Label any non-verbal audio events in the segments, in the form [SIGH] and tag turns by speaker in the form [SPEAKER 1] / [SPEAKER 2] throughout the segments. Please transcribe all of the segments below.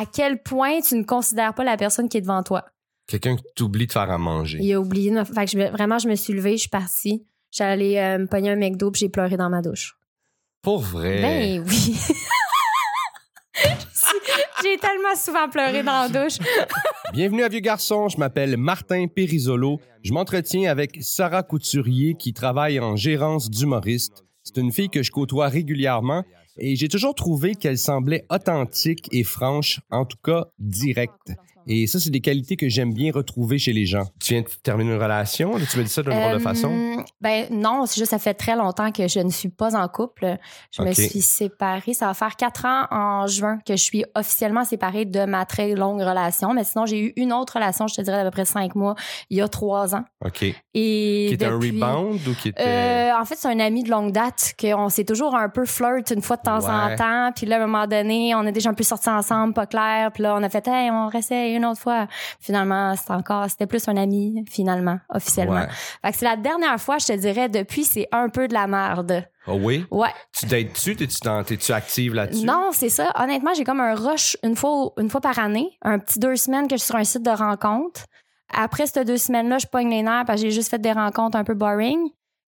[SPEAKER 1] à quel point tu ne considères pas la personne qui est devant toi.
[SPEAKER 2] Quelqu'un qui t'oublie de faire à manger.
[SPEAKER 1] Il a oublié. de me- Fait que je me- vraiment, je me suis levée, je suis partie. J'allais euh, me pogner un McDo puis j'ai pleuré dans ma douche.
[SPEAKER 2] Pour vrai.
[SPEAKER 1] Ben oui. [LAUGHS] Je suis- J'ai tellement souvent pleuré dans la douche.
[SPEAKER 2] Bienvenue à Vieux Garçon, je m'appelle Martin Périsolo. Je m'entretiens avec Sarah Couturier qui travaille en gérance d'humoriste. C'est une fille que je côtoie régulièrement et j'ai toujours trouvé qu'elle semblait authentique et franche, en tout cas directe. Et ça, c'est des qualités que j'aime bien retrouver chez les gens. Tu viens de terminer une relation, là, tu me dis ça d'une drôle de façon.
[SPEAKER 1] Euh, Ben non, c'est juste ça fait très longtemps que je ne suis pas en couple. Je me
[SPEAKER 2] Ok.
[SPEAKER 1] suis séparée. Ça va faire quatre ans en juin que je suis officiellement séparée de ma très longue relation. Mais sinon, j'ai eu une autre relation, je te dirais, d'à peu près cinq mois, il y a trois ans.
[SPEAKER 2] OK. Qui
[SPEAKER 1] Et
[SPEAKER 2] était un
[SPEAKER 1] depuis-
[SPEAKER 2] rebound ou qui était.
[SPEAKER 1] Euh, en fait, c'est un ami de longue date qu'on s'est toujours un peu flirt une fois de temps en
[SPEAKER 2] Ouais.
[SPEAKER 1] temps. Puis là, à un moment donné, on est déjà un peu sortis ensemble, pas clair. Puis là, on a fait, hey, on restait une autre fois. Finalement, c'était encore, c'était plus un ami, finalement, officiellement.
[SPEAKER 2] Ouais.
[SPEAKER 1] Fait que c'est la dernière fois, je te dirais, depuis, c'est un peu de la merde.
[SPEAKER 2] Ah oui?
[SPEAKER 1] Ouais.
[SPEAKER 2] Tu dates-tu? T'es-tu dans- t'es-tu active là-dessus?
[SPEAKER 1] Non, c'est ça. Honnêtement, j'ai comme un rush une fois, une fois par année, un petit deux semaines que je suis sur un site de rencontre. Après ces deux semaines-là, je pogne les nerfs parce que j'ai juste fait des rencontres un peu boring.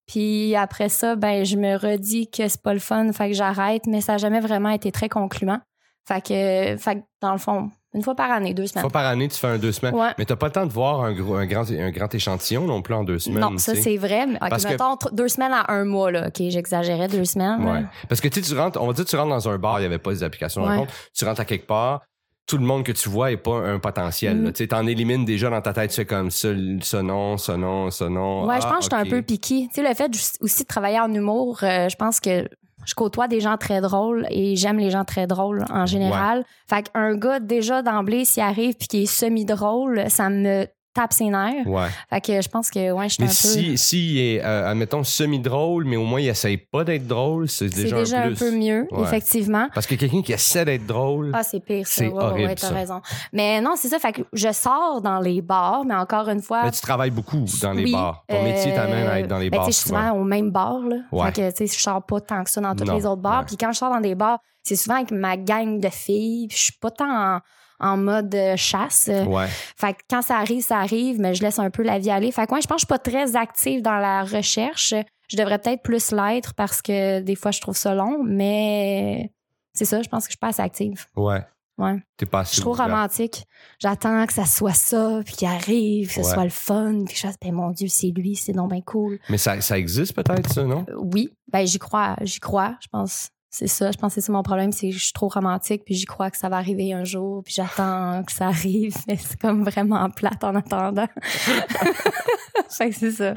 [SPEAKER 1] Puis après ça, ben je me redis que c'est pas le fun, fait que j'arrête, mais ça n'a jamais vraiment été très concluant. Fait que, fait que, dans le fond, une fois par année, deux
[SPEAKER 2] Une
[SPEAKER 1] semaines.
[SPEAKER 2] fois par année, tu fais un deux semaines.
[SPEAKER 1] Ouais.
[SPEAKER 2] Mais t'as pas le temps de voir un, gros, un, grand, un grand échantillon non plus en deux semaines.
[SPEAKER 1] non, ça
[SPEAKER 2] tu sais.
[SPEAKER 1] c'est vrai. mais- ok,
[SPEAKER 2] Parce que-
[SPEAKER 1] mettons tr- deux semaines à un mois, là. OK, j'exagérais, deux semaines. là.
[SPEAKER 2] Ouais. Parce que tu sais, tu rentres, on va dire tu rentres dans un bar, il n'y avait pas des applications de
[SPEAKER 1] Ouais.
[SPEAKER 2] rencontre. Tu rentres à quelque part, tout le monde que tu vois n'est pas un potentiel.
[SPEAKER 1] Mm.
[SPEAKER 2] là. Tu sais, t'en élimines déjà dans ta tête, tu fais comme ça, ça non, ça non, ça non.
[SPEAKER 1] Ouais, je
[SPEAKER 2] Ah,
[SPEAKER 1] pense que j'étais
[SPEAKER 2] ok.
[SPEAKER 1] un peu piquée. Tu sais, le fait de- aussi de travailler en humour, euh, je pense que je côtoie des gens très drôles et j'aime les gens très drôles en général. Fait qu'un gars, déjà d'emblée, s'il arrive puis qui est semi-drôle, ça me tape ses nerfs.
[SPEAKER 2] Ouais.
[SPEAKER 1] Fait que je pense que, ouais, je suis un
[SPEAKER 2] Mais
[SPEAKER 1] peu.
[SPEAKER 2] si, si il est, euh, admettons, semi-drôle, mais au moins il essaye pas d'être drôle, c'est
[SPEAKER 1] C'est
[SPEAKER 2] déjà,
[SPEAKER 1] déjà, un,
[SPEAKER 2] plus.
[SPEAKER 1] peu mieux,
[SPEAKER 2] Ouais.
[SPEAKER 1] effectivement.
[SPEAKER 2] Parce que quelqu'un qui essaie d'être drôle,
[SPEAKER 1] Ah, c'est pire, ça.
[SPEAKER 2] C'est
[SPEAKER 1] Ouais, ouais,
[SPEAKER 2] horrible,
[SPEAKER 1] ouais, t'as
[SPEAKER 2] ça.
[SPEAKER 1] raison. Mais non, c'est ça. Fait que je sors dans les bars, mais encore une fois.
[SPEAKER 2] ben, tu travailles beaucoup dans les
[SPEAKER 1] oui,
[SPEAKER 2] bars. Ton
[SPEAKER 1] euh,
[SPEAKER 2] métier t'amène à être dans les
[SPEAKER 1] ben,
[SPEAKER 2] bars.
[SPEAKER 1] tu sais, je suis
[SPEAKER 2] souvent.
[SPEAKER 1] souvent au même bar, là.
[SPEAKER 2] Ouais.
[SPEAKER 1] Fait que, tu sais, je sors pas tant que ça dans tous
[SPEAKER 2] Non,
[SPEAKER 1] les autres bars.
[SPEAKER 2] ouais.
[SPEAKER 1] Puis quand je sors dans des bars, c'est souvent avec ma gang de filles. Puis je suis pas tant en, en mode euh, chasse.
[SPEAKER 2] Ouais.
[SPEAKER 1] Fait que quand ça arrive, ça arrive, mais je laisse un peu la vie aller. Fait que, ouais, je pense que je suis pas très active dans la recherche. Je devrais peut-être plus l'être parce que des fois, je trouve ça long, mais c'est ça, je pense que je suis pas assez active.
[SPEAKER 2] Ouais.
[SPEAKER 1] Ouais.
[SPEAKER 2] T'es pas
[SPEAKER 1] Je suis trop
[SPEAKER 2] ouverte.
[SPEAKER 1] romantique. J'attends que ça soit ça, puis qu'il arrive, que ce
[SPEAKER 2] Ouais.
[SPEAKER 1] soit le fun, puis que je fasse, ben mon Dieu, c'est lui, c'est donc bien cool.
[SPEAKER 2] Mais ça, ça existe peut-être, ça, non?
[SPEAKER 1] Euh, oui, ben j'y crois, j'y crois, je pense. C'est ça, je pense que c'est ça mon problème, c'est que je suis trop romantique, puis j'y crois que ça va arriver un jour, puis j'attends que ça arrive, [LAUGHS] mais c'est comme vraiment plate en attendant. [LAUGHS] fait que c'est ça.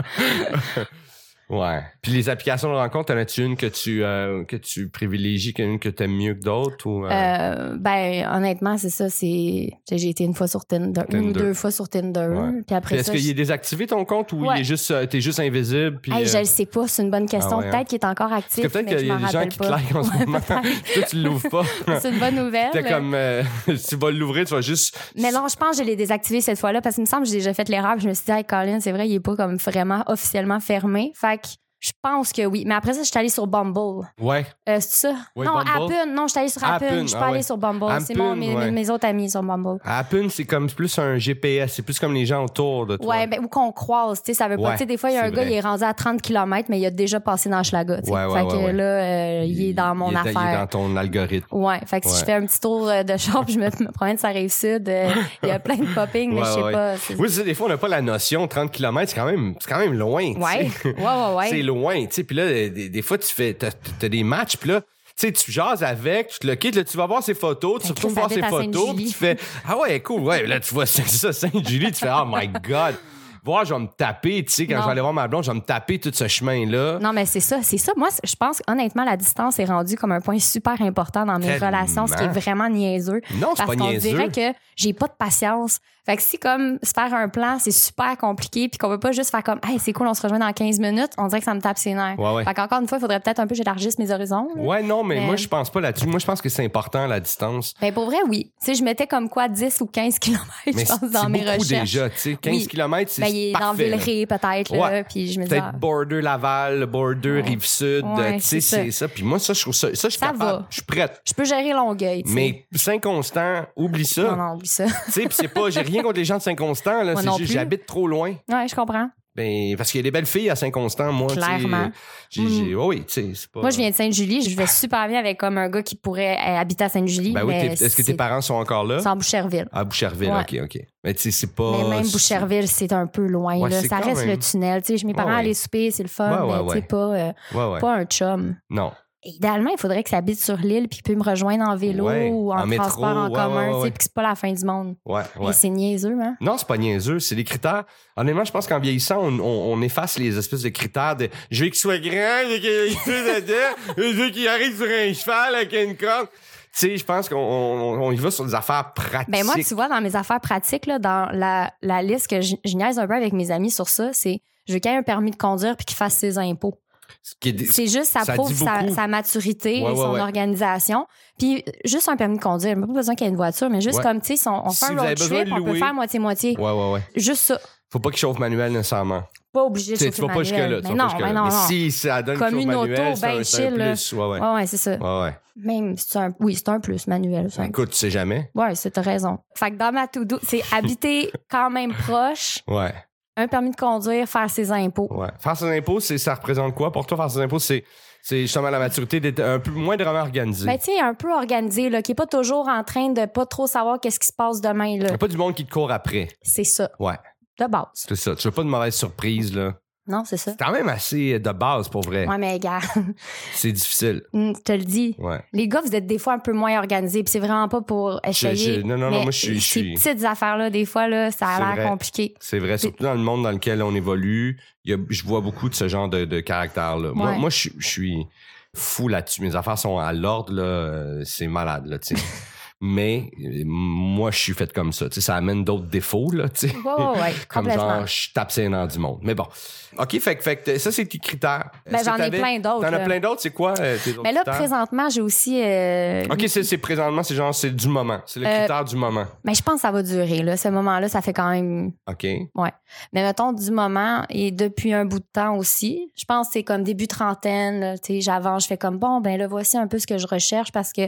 [SPEAKER 2] Ouais. Puis les applications de rencontre, en as-tu une que tu, euh, que tu privilégies, qu'une que tu aimes mieux que d'autres? Ou, euh,
[SPEAKER 1] Euh, ben honnêtement, c'est ça, c'est... J'ai j'ai été une fois sur Tinder, une ou
[SPEAKER 2] Tinder.
[SPEAKER 1] deux fois sur Tinder,
[SPEAKER 2] Ouais.
[SPEAKER 1] puis
[SPEAKER 2] Puis
[SPEAKER 1] après
[SPEAKER 2] Est-ce
[SPEAKER 1] ça...
[SPEAKER 2] qu'il
[SPEAKER 1] je-
[SPEAKER 2] est désactivé ton compte ou
[SPEAKER 1] Ouais.
[SPEAKER 2] il est juste, euh, t'es juste invisible? Puis,
[SPEAKER 1] Hey,
[SPEAKER 2] euh,
[SPEAKER 1] je le sais pas, c'est une bonne question.
[SPEAKER 2] Ah ouais, hein?
[SPEAKER 1] Peut-être qu'il est encore
[SPEAKER 2] parce
[SPEAKER 1] actif,
[SPEAKER 2] que peut-être
[SPEAKER 1] mais
[SPEAKER 2] qu'il
[SPEAKER 1] je
[SPEAKER 2] y a
[SPEAKER 1] m'en
[SPEAKER 2] des gens
[SPEAKER 1] rappelle
[SPEAKER 2] qui
[SPEAKER 1] pas.
[SPEAKER 2] claquent en ce
[SPEAKER 1] Ouais,
[SPEAKER 2] moment.
[SPEAKER 1] peut-être.
[SPEAKER 2] [LAUGHS] Toi, tu l'ouvres pas.
[SPEAKER 1] [LAUGHS] c'est une bonne nouvelle.
[SPEAKER 2] T'es comme, euh, [LAUGHS] tu vas l'ouvrir, tu vas juste.
[SPEAKER 1] Mais non, je pense que je l'ai désactivé cette fois-là parce qu'il me semble que j'ai déjà fait l'erreur. puis Je me suis dit, hey, Colin, c'est vrai, il est pas comme vraiment officiellement fermé. Fait que je pense que oui. Mais après ça, je suis allée sur Bumble.
[SPEAKER 2] Ouais.
[SPEAKER 1] Euh, c'est ça?
[SPEAKER 2] Oui,
[SPEAKER 1] non,
[SPEAKER 2] Bumble.
[SPEAKER 1] Happen. Non, je suis allée sur Happen.
[SPEAKER 2] Happen,
[SPEAKER 1] Je suis
[SPEAKER 2] ah
[SPEAKER 1] pas allée
[SPEAKER 2] ouais.
[SPEAKER 1] sur Bumble. C'est
[SPEAKER 2] Happen,
[SPEAKER 1] mon, mes,
[SPEAKER 2] ouais.
[SPEAKER 1] mes autres amis sur Bumble.
[SPEAKER 2] Happen, c'est comme plus un GPS. C'est plus comme les gens autour de toi.
[SPEAKER 1] Ouais, ben, ou qu'on croise, tu sais, ça veut pas.
[SPEAKER 2] Ouais,
[SPEAKER 1] Tu sais, des fois, il y a un
[SPEAKER 2] c'est
[SPEAKER 1] gars,
[SPEAKER 2] vrai.
[SPEAKER 1] il est rendu à 30 km, mais il a déjà passé dans Schlaga, tu sais.
[SPEAKER 2] Ouais, ouais,
[SPEAKER 1] fait
[SPEAKER 2] ouais,
[SPEAKER 1] que
[SPEAKER 2] ouais.
[SPEAKER 1] là, euh, il, est dans mon
[SPEAKER 2] il
[SPEAKER 1] affaire.
[SPEAKER 2] Il est dans ton algorithme.
[SPEAKER 1] Ouais, fait que si
[SPEAKER 2] Ouais.
[SPEAKER 1] je fais un petit tour euh, de shop, je me [LAUGHS] me promène sur la rive sud, euh, il y a plein de popping, mais
[SPEAKER 2] Ouais,
[SPEAKER 1] je sais
[SPEAKER 2] ouais.
[SPEAKER 1] pas. c'est-
[SPEAKER 2] Oui, tu sais, des fois, on n'a pas la notion. 30 km, c'est quand même, c'est quand même loin. tu sais. [LAUGHS]
[SPEAKER 1] Ouais, ouais, ouais, ouais.
[SPEAKER 2] C'est loin, tu sais. Puis là, des, des fois, tu fais, t'as, t'as des matchs, puis là, tu sais, tu jases avec, tu te le quittes, là, tu vas voir ses photos, tu
[SPEAKER 1] Ben,
[SPEAKER 2] retournes
[SPEAKER 1] Chris
[SPEAKER 2] voir ses
[SPEAKER 1] habite à
[SPEAKER 2] photos,
[SPEAKER 1] Sainte-Julie.
[SPEAKER 2] puis tu fais, ah ouais, cool, ouais, là, tu vois, [LAUGHS] c'est ça, Sainte-Julie, tu fais, oh my God. Voir, je vais me taper, tu sais, quand
[SPEAKER 1] Non.
[SPEAKER 2] je vais aller voir ma blonde, je vais me taper tout ce chemin-là.
[SPEAKER 1] Non, mais c'est ça, c'est ça. Moi, c'est- je pense honnêtement, la distance est rendue comme un point super important dans mes
[SPEAKER 2] Tellement.
[SPEAKER 1] relations, ce qui est vraiment niaiseux.
[SPEAKER 2] Non, c'est
[SPEAKER 1] Parce
[SPEAKER 2] pas
[SPEAKER 1] qu'on
[SPEAKER 2] niaiseux.
[SPEAKER 1] dirait que j'ai pas de patience. Fait que si comme se faire un plan, c'est super compliqué, puis qu'on peut pas juste faire comme, hey, c'est cool, on se rejoint dans 15 minutes, on dirait que ça me tape ses nerfs.
[SPEAKER 2] Ouais, ouais.
[SPEAKER 1] Fait qu'encore une fois, il faudrait peut-être un peu que j'élargisse mes horizons. là.
[SPEAKER 2] Ouais, non, mais
[SPEAKER 1] Mais-
[SPEAKER 2] moi, je pense pas là-dessus. Moi, je pense que c'est important, la distance.
[SPEAKER 1] Ben pour vrai, oui. Tu sais, je mettais comme quoi 10 ou 15 kilomètres,
[SPEAKER 2] Mais
[SPEAKER 1] je
[SPEAKER 2] c'est
[SPEAKER 1] pense,
[SPEAKER 2] c'est
[SPEAKER 1] dans mes
[SPEAKER 2] beaucoup
[SPEAKER 1] recherches.
[SPEAKER 2] déjà, tu sais. 15
[SPEAKER 1] Oui.
[SPEAKER 2] km, c'est
[SPEAKER 1] Ben, travaillé dans
[SPEAKER 2] parfait, là.
[SPEAKER 1] Villeray, peut-être, là,
[SPEAKER 2] Ouais.
[SPEAKER 1] puis je me ah, disais,
[SPEAKER 2] Peut-être border Laval, border Rive-Sud,
[SPEAKER 1] Ouais,
[SPEAKER 2] tu sais,
[SPEAKER 1] c'est ça.
[SPEAKER 2] c'est ça. Puis moi, ça, je trouve ça, ça, je suis
[SPEAKER 1] Ça
[SPEAKER 2] capable,
[SPEAKER 1] va.
[SPEAKER 2] je suis prête.
[SPEAKER 1] je peux gérer Longueuil, tu sais.
[SPEAKER 2] Mais Saint-Constant, oublie
[SPEAKER 1] Non,
[SPEAKER 2] ça.
[SPEAKER 1] non, oublie ça.
[SPEAKER 2] Tu sais, puis c'est pas, j'ai rien contre les gens de Saint-Constant, là.
[SPEAKER 1] Moi
[SPEAKER 2] C'est
[SPEAKER 1] non
[SPEAKER 2] juste,
[SPEAKER 1] plus.
[SPEAKER 2] j'habite trop loin.
[SPEAKER 1] [LAUGHS] Ouais, je comprends.
[SPEAKER 2] Ben, parce qu'il y a des belles filles à Saint-Constant, moi. tu sais.
[SPEAKER 1] Clairement. Mm.
[SPEAKER 2] J'ai, j'ai- oh oui, tu sais, c'est pas.
[SPEAKER 1] Moi, je viens de Sainte-Julie, je vais super bien avec comme un gars qui pourrait euh, habiter à Sainte-Julie.
[SPEAKER 2] Ben oui,
[SPEAKER 1] mais
[SPEAKER 2] t'es- est-ce que tes
[SPEAKER 1] c'est-
[SPEAKER 2] parents sont encore là?
[SPEAKER 1] C'est en Boucherville.
[SPEAKER 2] À Boucherville,
[SPEAKER 1] Ouais.
[SPEAKER 2] ok, ok. Mais tu sais, c'est pas.
[SPEAKER 1] mais même
[SPEAKER 2] c'est-
[SPEAKER 1] Boucherville, c'est un peu loin.
[SPEAKER 2] Ouais,
[SPEAKER 1] là.
[SPEAKER 2] c'est
[SPEAKER 1] Ça
[SPEAKER 2] quand
[SPEAKER 1] reste
[SPEAKER 2] même-
[SPEAKER 1] le tunnel. Tu sais, je- mes parents
[SPEAKER 2] Ouais, ouais.
[SPEAKER 1] allaient souper, c'est le fun,
[SPEAKER 2] Ouais, ouais,
[SPEAKER 1] mais tu
[SPEAKER 2] ouais.
[SPEAKER 1] sais, pas, euh,
[SPEAKER 2] Ouais, ouais.
[SPEAKER 1] pas un chum.
[SPEAKER 2] Non.
[SPEAKER 1] Et Idéalement, il faudrait que ça habite sur l'île puis peut me rejoindre en vélo
[SPEAKER 2] Ouais,
[SPEAKER 1] ou en,
[SPEAKER 2] en métro,
[SPEAKER 1] transport en
[SPEAKER 2] ouais,
[SPEAKER 1] commun,
[SPEAKER 2] ouais,
[SPEAKER 1] tu sais,
[SPEAKER 2] ouais.
[SPEAKER 1] puis que c'est pas la fin du monde.
[SPEAKER 2] Ouais,
[SPEAKER 1] Et
[SPEAKER 2] ouais.
[SPEAKER 1] c'est niaiseux, hein?
[SPEAKER 2] Non, c'est pas niaiseux, c'est les critères. Honnêtement, je pense qu'en vieillissant, on, on- on efface les espèces de critères de je veux qu'il soit grand, je veux qu'il soit dedans, je veux qu'il arrive sur un cheval avec une corde. Tu sais, je pense qu'on on- on y va sur des affaires pratiques.
[SPEAKER 1] Ben moi, tu vois, dans mes affaires pratiques, là, dans la, la liste que je, je niaise un peu avec mes amis sur ça, c'est je veux qu'il ait un permis de conduire puis qu'il fasse ses impôts.
[SPEAKER 2] Ce qui est des-
[SPEAKER 1] C'est juste, ça,
[SPEAKER 2] ça
[SPEAKER 1] prouve
[SPEAKER 2] dit
[SPEAKER 1] sa,
[SPEAKER 2] beaucoup.
[SPEAKER 1] sa maturité
[SPEAKER 2] Ouais,
[SPEAKER 1] et
[SPEAKER 2] ouais,
[SPEAKER 1] son
[SPEAKER 2] ouais.
[SPEAKER 1] organisation. Puis juste un permis de conduire, pas besoin qu'il y ait une voiture, mais juste
[SPEAKER 2] Ouais.
[SPEAKER 1] comme, tu sais, si on, on
[SPEAKER 2] Si
[SPEAKER 1] fait un
[SPEAKER 2] vous avez
[SPEAKER 1] road
[SPEAKER 2] besoin
[SPEAKER 1] trip,
[SPEAKER 2] de
[SPEAKER 1] on peut
[SPEAKER 2] louer-
[SPEAKER 1] faire moitié-moitié.
[SPEAKER 2] Ouais, ouais, ouais.
[SPEAKER 1] Juste ça.
[SPEAKER 2] Faut pas qu'il chauffe manuel nécessairement.
[SPEAKER 1] Pas obligé de
[SPEAKER 2] Tu sais,
[SPEAKER 1] chauffer
[SPEAKER 2] tu vas pas
[SPEAKER 1] manuel.
[SPEAKER 2] jusque-là. tu
[SPEAKER 1] Mais
[SPEAKER 2] vas
[SPEAKER 1] non,
[SPEAKER 2] pas jusque-là.
[SPEAKER 1] mais non,
[SPEAKER 2] Mais
[SPEAKER 1] non.
[SPEAKER 2] si ça donne
[SPEAKER 1] Comme
[SPEAKER 2] chauffe
[SPEAKER 1] une auto,
[SPEAKER 2] manuel, c'est un-
[SPEAKER 1] ben
[SPEAKER 2] c'est un
[SPEAKER 1] chill, là.
[SPEAKER 2] plus. Ouais, ouais.
[SPEAKER 1] Ouais, ouais, c'est ça.
[SPEAKER 2] Ouais, ouais.
[SPEAKER 1] Même c'est un. Oui, c'est un plus manuel. ça.
[SPEAKER 2] Écoute, tu sais jamais.
[SPEAKER 1] Ouais, c'est t'as raison. Fait que dans ma to-do, c'est
[SPEAKER 2] [LAUGHS]
[SPEAKER 1] habiter quand même proche,
[SPEAKER 2] Ouais,
[SPEAKER 1] un permis de conduire, faire ses impôts.
[SPEAKER 2] ouais. Faire ses impôts, c'est, ça représente quoi? Pour toi, faire ses impôts, c'est, c'est justement la maturité d'être un peu moins vraiment organisé.
[SPEAKER 1] Ben, tu sais, un peu organisé, là, qui est pas toujours en train de pas trop savoir qu'est-ce qui se passe demain,
[SPEAKER 2] Y
[SPEAKER 1] là.
[SPEAKER 2] a pas du monde qui te court après.
[SPEAKER 1] C'est ça.
[SPEAKER 2] Ouais.
[SPEAKER 1] De base.
[SPEAKER 2] C'est ça. Tu veux pas de mauvaise surprise, là.
[SPEAKER 1] Non, c'est ça.
[SPEAKER 2] C'est quand même assez euh, de base, pour vrai.
[SPEAKER 1] Ouais, mais gars,
[SPEAKER 2] C'est difficile.
[SPEAKER 1] hum, je te le dis.
[SPEAKER 2] Ouais.
[SPEAKER 1] Les gars, vous êtes des fois un peu moins organisés, puis c'est vraiment pas pour essayer.
[SPEAKER 2] je- non, non, non,
[SPEAKER 1] mais
[SPEAKER 2] moi, je suis- je
[SPEAKER 1] Ces
[SPEAKER 2] suis-
[SPEAKER 1] petites affaires-là, des fois, là, ça
[SPEAKER 2] C'est
[SPEAKER 1] a l'air
[SPEAKER 2] vrai.
[SPEAKER 1] compliqué.
[SPEAKER 2] C'est vrai, surtout dans le monde dans lequel on évolue. il y a- je vois beaucoup de ce genre de, de caractère-là. Moi,
[SPEAKER 1] Ouais.
[SPEAKER 2] moi je, suis- je suis fou là-dessus. Mes affaires sont à l'ordre, là. euh, C'est malade, là, [LAUGHS] tu sais. Mais euh, moi, je suis fait comme ça. Tu sais, ça amène d'autres défauts, là, tu sais.
[SPEAKER 1] Ouais, ouais, ouais,
[SPEAKER 2] [LAUGHS] Comme
[SPEAKER 1] complètement.
[SPEAKER 2] genre, je tape ses dents du monde. Mais bon. OK, fait, que- fait que ça, c'est tes critères.
[SPEAKER 1] Ben,
[SPEAKER 2] Est-ce que
[SPEAKER 1] j'en ai
[SPEAKER 2] t'avais-
[SPEAKER 1] plein d'autres,
[SPEAKER 2] T'en as
[SPEAKER 1] là.
[SPEAKER 2] plein d'autres, c'est quoi euh, tes autres
[SPEAKER 1] mais là,
[SPEAKER 2] critères?
[SPEAKER 1] présentement, j'ai aussi. euh,
[SPEAKER 2] OK, c'est, c'est présentement, c'est genre, c'est du moment. C'est le
[SPEAKER 1] Euh,
[SPEAKER 2] critère du moment.
[SPEAKER 1] Mais je pense que ça va durer, là. Ce moment-là, ça fait quand même.
[SPEAKER 2] OK.
[SPEAKER 1] euh, Mais mettons, du moment et depuis un bout de temps aussi, je pense que c'est comme début trentaine, là, tu sais, j'avance, je fais comme bon, ben là, voici un peu ce que je recherche parce que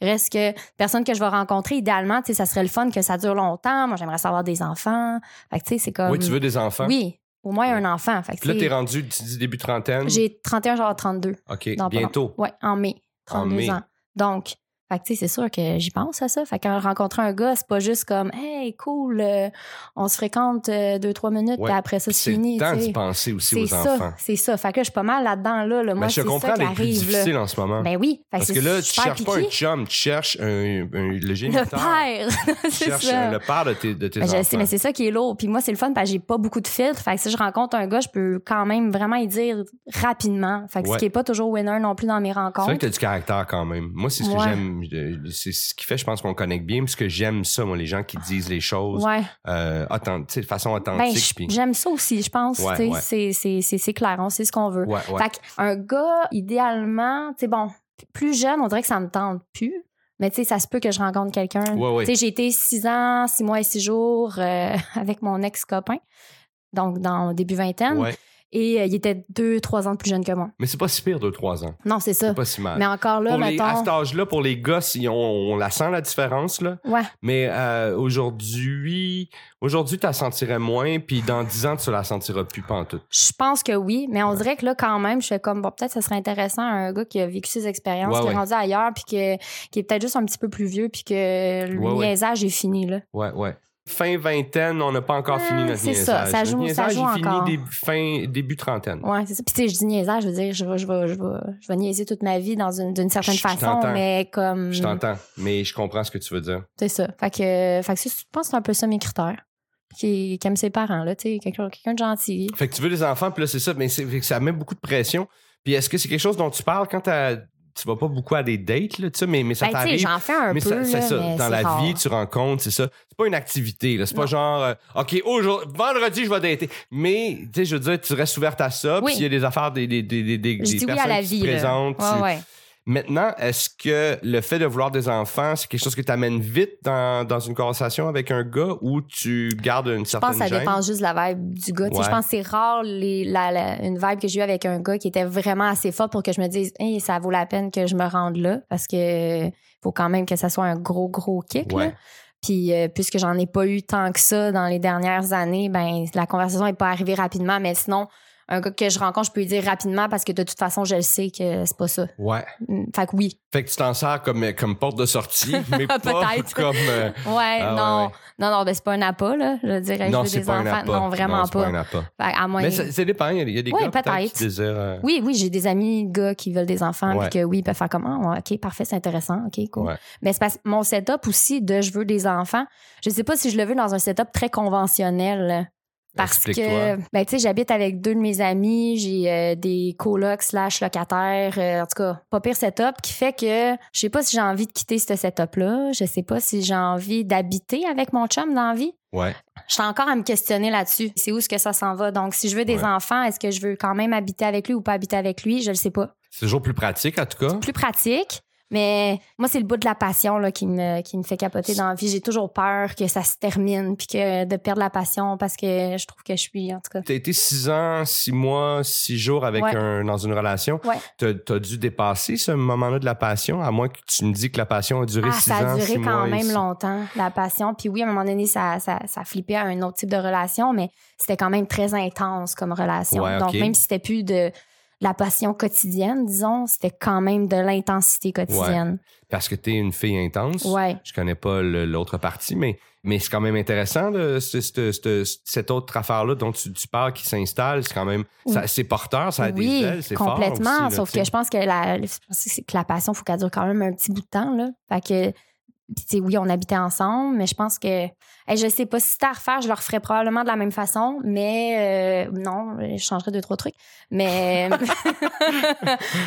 [SPEAKER 1] reste que personne que je vais rencontrer, idéalement, tu sais, ça serait le fun que ça dure longtemps. Moi, j'aimerais savoir des enfants. Fait que, tu sais, c'est comme.
[SPEAKER 2] Oui, tu veux des enfants?
[SPEAKER 1] Oui, au moins un enfant. Fait que,
[SPEAKER 2] Puis là,
[SPEAKER 1] tu
[SPEAKER 2] t'es
[SPEAKER 1] sais,
[SPEAKER 2] rendu, tu dis début trentaine.
[SPEAKER 1] j'ai 31, genre 32.
[SPEAKER 2] OK,
[SPEAKER 1] Non, pas
[SPEAKER 2] bientôt.
[SPEAKER 1] Ouais, en mai.
[SPEAKER 2] En
[SPEAKER 1] 32
[SPEAKER 2] mai.
[SPEAKER 1] ans. Donc, fait que, tu sais, c'est sûr que j'y pense à ça. Fait que quand rencontrer un gars, c'est pas juste comme Hey, cool, euh, on se fréquente euh, deux, trois minutes,
[SPEAKER 2] Ouais,
[SPEAKER 1] puis après ça,
[SPEAKER 2] Puis
[SPEAKER 1] c'est
[SPEAKER 2] C'est
[SPEAKER 1] fini.
[SPEAKER 2] le temps
[SPEAKER 1] tu sais.
[SPEAKER 2] d'y penser aussi
[SPEAKER 1] C'est
[SPEAKER 2] aux
[SPEAKER 1] ça,
[SPEAKER 2] enfants.
[SPEAKER 1] c'est ça. Fait que là, je suis pas mal là-dedans, là. là. Moi,
[SPEAKER 2] Mais je
[SPEAKER 1] c'est
[SPEAKER 2] comprends
[SPEAKER 1] ça qui
[SPEAKER 2] les plus
[SPEAKER 1] arrive, là.
[SPEAKER 2] difficiles en ce moment.
[SPEAKER 1] Ben oui. Fait
[SPEAKER 2] Parce
[SPEAKER 1] c'est
[SPEAKER 2] que là, tu
[SPEAKER 1] super
[SPEAKER 2] cherches pas un
[SPEAKER 1] piqué.
[SPEAKER 2] chum, tu cherches un, un- le
[SPEAKER 1] Le
[SPEAKER 2] géniteur.
[SPEAKER 1] père. [LAUGHS]
[SPEAKER 2] Tu
[SPEAKER 1] c'est
[SPEAKER 2] cherches euh,
[SPEAKER 1] ça.
[SPEAKER 2] le père de tes, de tes
[SPEAKER 1] Ben, je
[SPEAKER 2] enfants.
[SPEAKER 1] sais, mais c'est ça qui est lourd. Puis moi, c'est le fun parce que j'ai pas beaucoup de filtres. Fait que si je rencontre un gars, je peux quand même vraiment y dire rapidement. Fait que ce
[SPEAKER 2] Ouais.
[SPEAKER 1] qui est pas toujours winner non plus dans mes
[SPEAKER 2] C'est vrai
[SPEAKER 1] rencontres.
[SPEAKER 2] que t'as du caractère quand même. Moi, c'est ce que
[SPEAKER 1] Ouais.
[SPEAKER 2] j'aime. euh, C'est ce qui fait, je pense, qu'on connecte bien. Parce que j'aime ça, moi, les gens qui disent les choses
[SPEAKER 1] Ouais.
[SPEAKER 2] euh, authent- tu sais, de façon
[SPEAKER 1] Ben,
[SPEAKER 2] authentique.
[SPEAKER 1] je-
[SPEAKER 2] puis-
[SPEAKER 1] j'aime ça aussi, je pense.
[SPEAKER 2] Ouais,
[SPEAKER 1] tu sais,
[SPEAKER 2] ouais.
[SPEAKER 1] c'est- c'est- C'est c'est clair, on sait ce qu'on veut.
[SPEAKER 2] Ouais, ouais.
[SPEAKER 1] Fait qu'un gars, idéalement, tu sais, bon, plus jeune, on dirait que ça me tente plus. Mais tu sais, ça se peut que je rencontre quelqu'un.
[SPEAKER 2] Ouais, ouais.
[SPEAKER 1] Tu sais, j'ai été six ans, six mois et six jours euh, [LAUGHS] avec mon ex-copain, donc dans début vingtaine.
[SPEAKER 2] Ouais.
[SPEAKER 1] Et euh, il était deux, trois ans de plus jeune que moi.
[SPEAKER 2] Mais c'est pas si pire, deux, trois ans.
[SPEAKER 1] Non, c'est ça.
[SPEAKER 2] C'est pas si mal.
[SPEAKER 1] Mais encore là,
[SPEAKER 2] pour les, à
[SPEAKER 1] mettons.
[SPEAKER 2] cet âge-là, pour les gosses, ils ont- on, la sent la différence, là.
[SPEAKER 1] Ouais.
[SPEAKER 2] Mais euh, aujourd'hui, aujourd'hui, tu la sentirais moins, puis dans 10 ans, tu la sentiras plus pantoute.
[SPEAKER 1] Je pense que oui, mais on
[SPEAKER 2] Ouais.
[SPEAKER 1] dirait que là, quand même, je fais comme, bon, peut-être ça serait intéressant à un gars qui a vécu ses expériences,
[SPEAKER 2] Ouais,
[SPEAKER 1] qui est
[SPEAKER 2] ouais.
[SPEAKER 1] rendu ailleurs, puis que, qui est peut-être juste un petit peu plus vieux, puis que le
[SPEAKER 2] Ouais, ouais.
[SPEAKER 1] niaisage est fini, là.
[SPEAKER 2] Ouais, ouais. Fin vingtaine, on n'a pas encore
[SPEAKER 1] Ah,
[SPEAKER 2] fini notre
[SPEAKER 1] c'est
[SPEAKER 2] niaisage.
[SPEAKER 1] ça, ça
[SPEAKER 2] Notre
[SPEAKER 1] joue- ça
[SPEAKER 2] niaisage,
[SPEAKER 1] joue
[SPEAKER 2] il finit
[SPEAKER 1] encore.
[SPEAKER 2] début- fin, début trentaine.
[SPEAKER 1] Ouais, c'est ça. Puis, tu sais, je dis niaisage, je veux dire, je vais, je vais, je vais, je vais niaiser toute ma vie dans une, d'une certaine
[SPEAKER 2] Je
[SPEAKER 1] façon,
[SPEAKER 2] t'entends.
[SPEAKER 1] mais comme.
[SPEAKER 2] Je t'entends, mais je comprends ce que tu veux dire.
[SPEAKER 1] C'est ça. Fait que, fait que ça, je pense que c'est un peu ça mes critères. Qui, qui aime ses parents, là, tu sais, quelqu'un, quelqu'un de gentil.
[SPEAKER 2] Fait que tu veux des enfants, puis là, c'est ça, mais c'est, fait que ça met beaucoup de pression. Puis est-ce que c'est quelque chose dont tu parles quand t'as- tu vas pas beaucoup à des dates, là, tu sais, mais, mais ça
[SPEAKER 1] Ben, tu sais,
[SPEAKER 2] t'arrive?
[SPEAKER 1] j'en fais un
[SPEAKER 2] mais
[SPEAKER 1] peu.
[SPEAKER 2] ça- c'est
[SPEAKER 1] là,
[SPEAKER 2] ça.
[SPEAKER 1] mais
[SPEAKER 2] Dans
[SPEAKER 1] c'est
[SPEAKER 2] la
[SPEAKER 1] rare.
[SPEAKER 2] vie, tu rencontres, c'est ça. C'est pas une activité. là. C'est pas
[SPEAKER 1] Non.
[SPEAKER 2] genre, euh, OK, aujourd'hui, vendredi, je vais dater. Mais, tu sais, je veux dire, tu restes ouverte à ça. Puis
[SPEAKER 1] Oui.
[SPEAKER 2] s'il y a des affaires, des, des, des, des, des-
[SPEAKER 1] Je
[SPEAKER 2] des
[SPEAKER 1] dis oui
[SPEAKER 2] personnes
[SPEAKER 1] à la
[SPEAKER 2] qui se
[SPEAKER 1] vie, là.
[SPEAKER 2] présentent. tu-
[SPEAKER 1] Ouais, ouais.
[SPEAKER 2] Maintenant, est-ce que le fait de vouloir des enfants, c'est quelque chose que tu amènes vite dans, dans une conversation avec un gars ou tu gardes une
[SPEAKER 1] Je pense
[SPEAKER 2] certaine
[SPEAKER 1] que ça
[SPEAKER 2] gêne?
[SPEAKER 1] dépend juste de la vibe du gars. Tu sais,
[SPEAKER 2] Ouais.
[SPEAKER 1] Je pense que c'est rare les- la- la- une vibe que j'ai eue avec un gars qui était vraiment assez fort pour que je me dise Hey, ça vaut la peine que je me rende là parce que faut quand même que ça soit un gros, gros kick. là.
[SPEAKER 2] Ouais.
[SPEAKER 1] Puis euh, puisque j'en ai pas eu tant que ça dans les dernières années, ben la conversation est pas arrivée rapidement. Mais sinon, un gars que je rencontre, je peux lui dire rapidement parce que de toute façon, je le sais que c'est pas ça.
[SPEAKER 2] Ouais.
[SPEAKER 1] Mm, Fait que oui.
[SPEAKER 2] Fait que tu t'en sers comme, euh, comme porte
[SPEAKER 1] [LAUGHS]
[SPEAKER 2] de sortie, mais pas
[SPEAKER 1] Peut-être.
[SPEAKER 2] comme. euh,
[SPEAKER 1] Ouais,
[SPEAKER 2] Ah,
[SPEAKER 1] non.
[SPEAKER 2] ouais, ouais.
[SPEAKER 1] Non, non, ben c'est pas un appât, là. Je dirais,
[SPEAKER 2] non,
[SPEAKER 1] Ben, je veux
[SPEAKER 2] c'est
[SPEAKER 1] des
[SPEAKER 2] pas un
[SPEAKER 1] enfants.
[SPEAKER 2] appât.
[SPEAKER 1] Non, vraiment
[SPEAKER 2] Non, c'est
[SPEAKER 1] pas.
[SPEAKER 2] un appât.
[SPEAKER 1] Fait à moins-
[SPEAKER 2] Mais ça, ça dépend. Il y a- il y a des
[SPEAKER 1] Ouais,
[SPEAKER 2] gars peut-être
[SPEAKER 1] peut-être.
[SPEAKER 2] qui désirent. euh,
[SPEAKER 1] Oui, oui, j'ai des amis gars qui veulent des enfants,
[SPEAKER 2] Ouais.
[SPEAKER 1] puis que oui, ils peuvent faire comme, Ah, ouais, OK, parfait, c'est intéressant, OK, cool.
[SPEAKER 2] Ouais.
[SPEAKER 1] Mais c'est parce que mon setup aussi de je veux des enfants, je sais pas si je le veux dans un setup très conventionnel. Parce que,
[SPEAKER 2] Explique-toi.
[SPEAKER 1] ben, tu sais, j'habite avec deux de mes amis, j'ai euh, des colocs slash locataires, euh, en tout cas, pas pire setup, qui fait que je sais pas si j'ai envie de quitter ce setup-là, je sais pas si j'ai envie d'habiter avec mon chum dans la vie.
[SPEAKER 2] Ouais.
[SPEAKER 1] Je suis encore à me questionner là-dessus. C'est où est-ce que ça s'en va? Donc, si je veux des
[SPEAKER 2] Ouais.
[SPEAKER 1] enfants, est-ce que je veux quand même habiter avec lui ou pas habiter avec lui? Je le sais pas.
[SPEAKER 2] C'est toujours plus pratique, en tout cas.
[SPEAKER 1] Plus pratique, mais moi, c'est le bout de la passion là, qui, me, qui me fait capoter dans la vie. J'ai toujours peur que ça se termine puis que de perdre la passion parce que je trouve que je suis, en tout cas.
[SPEAKER 2] T'as été six ans, six mois, six jours avec
[SPEAKER 1] Ouais.
[SPEAKER 2] un, dans une relation.
[SPEAKER 1] Ouais.
[SPEAKER 2] T'as, t'as dû dépasser ce moment-là de la passion, à moins que tu me dis que la passion a duré
[SPEAKER 1] Ah,
[SPEAKER 2] six
[SPEAKER 1] ça
[SPEAKER 2] ans,
[SPEAKER 1] a duré
[SPEAKER 2] six
[SPEAKER 1] quand
[SPEAKER 2] mois et
[SPEAKER 1] même
[SPEAKER 2] six-
[SPEAKER 1] longtemps, la passion. Puis oui, à un moment donné, ça, ça, ça flippait à un autre type de relation, mais c'était quand même très intense comme relation.
[SPEAKER 2] Ouais,
[SPEAKER 1] Donc,
[SPEAKER 2] ok.
[SPEAKER 1] même si c'était plus de la passion quotidienne, disons, c'était quand même de l'intensité quotidienne.
[SPEAKER 2] Parce que t'es une fille intense.
[SPEAKER 1] Ouais.
[SPEAKER 2] Je connais pas le- l'autre partie, mais, mais c'est quand même intéressant, là, ce- ce- ce- cette autre affaire-là dont tu, tu parles qui s'installe. C'est quand même. ça- c'est porteur, ça a
[SPEAKER 1] oui,
[SPEAKER 2] des ailes, c'est fort
[SPEAKER 1] complètement.
[SPEAKER 2] aussi, là,
[SPEAKER 1] sauf
[SPEAKER 2] tu sais.
[SPEAKER 1] que je pense que la, je pense que c'est que la passion, il faut qu'elle dure quand même un petit bout de temps. Là. Fait que, puis tu sais, oui, on habitait ensemble, mais je pense que. hey, je sais pas si c'était à refaire, je le referais probablement de la même façon, mais euh, non, je changerais deux, trois trucs. Mais. [LAUGHS]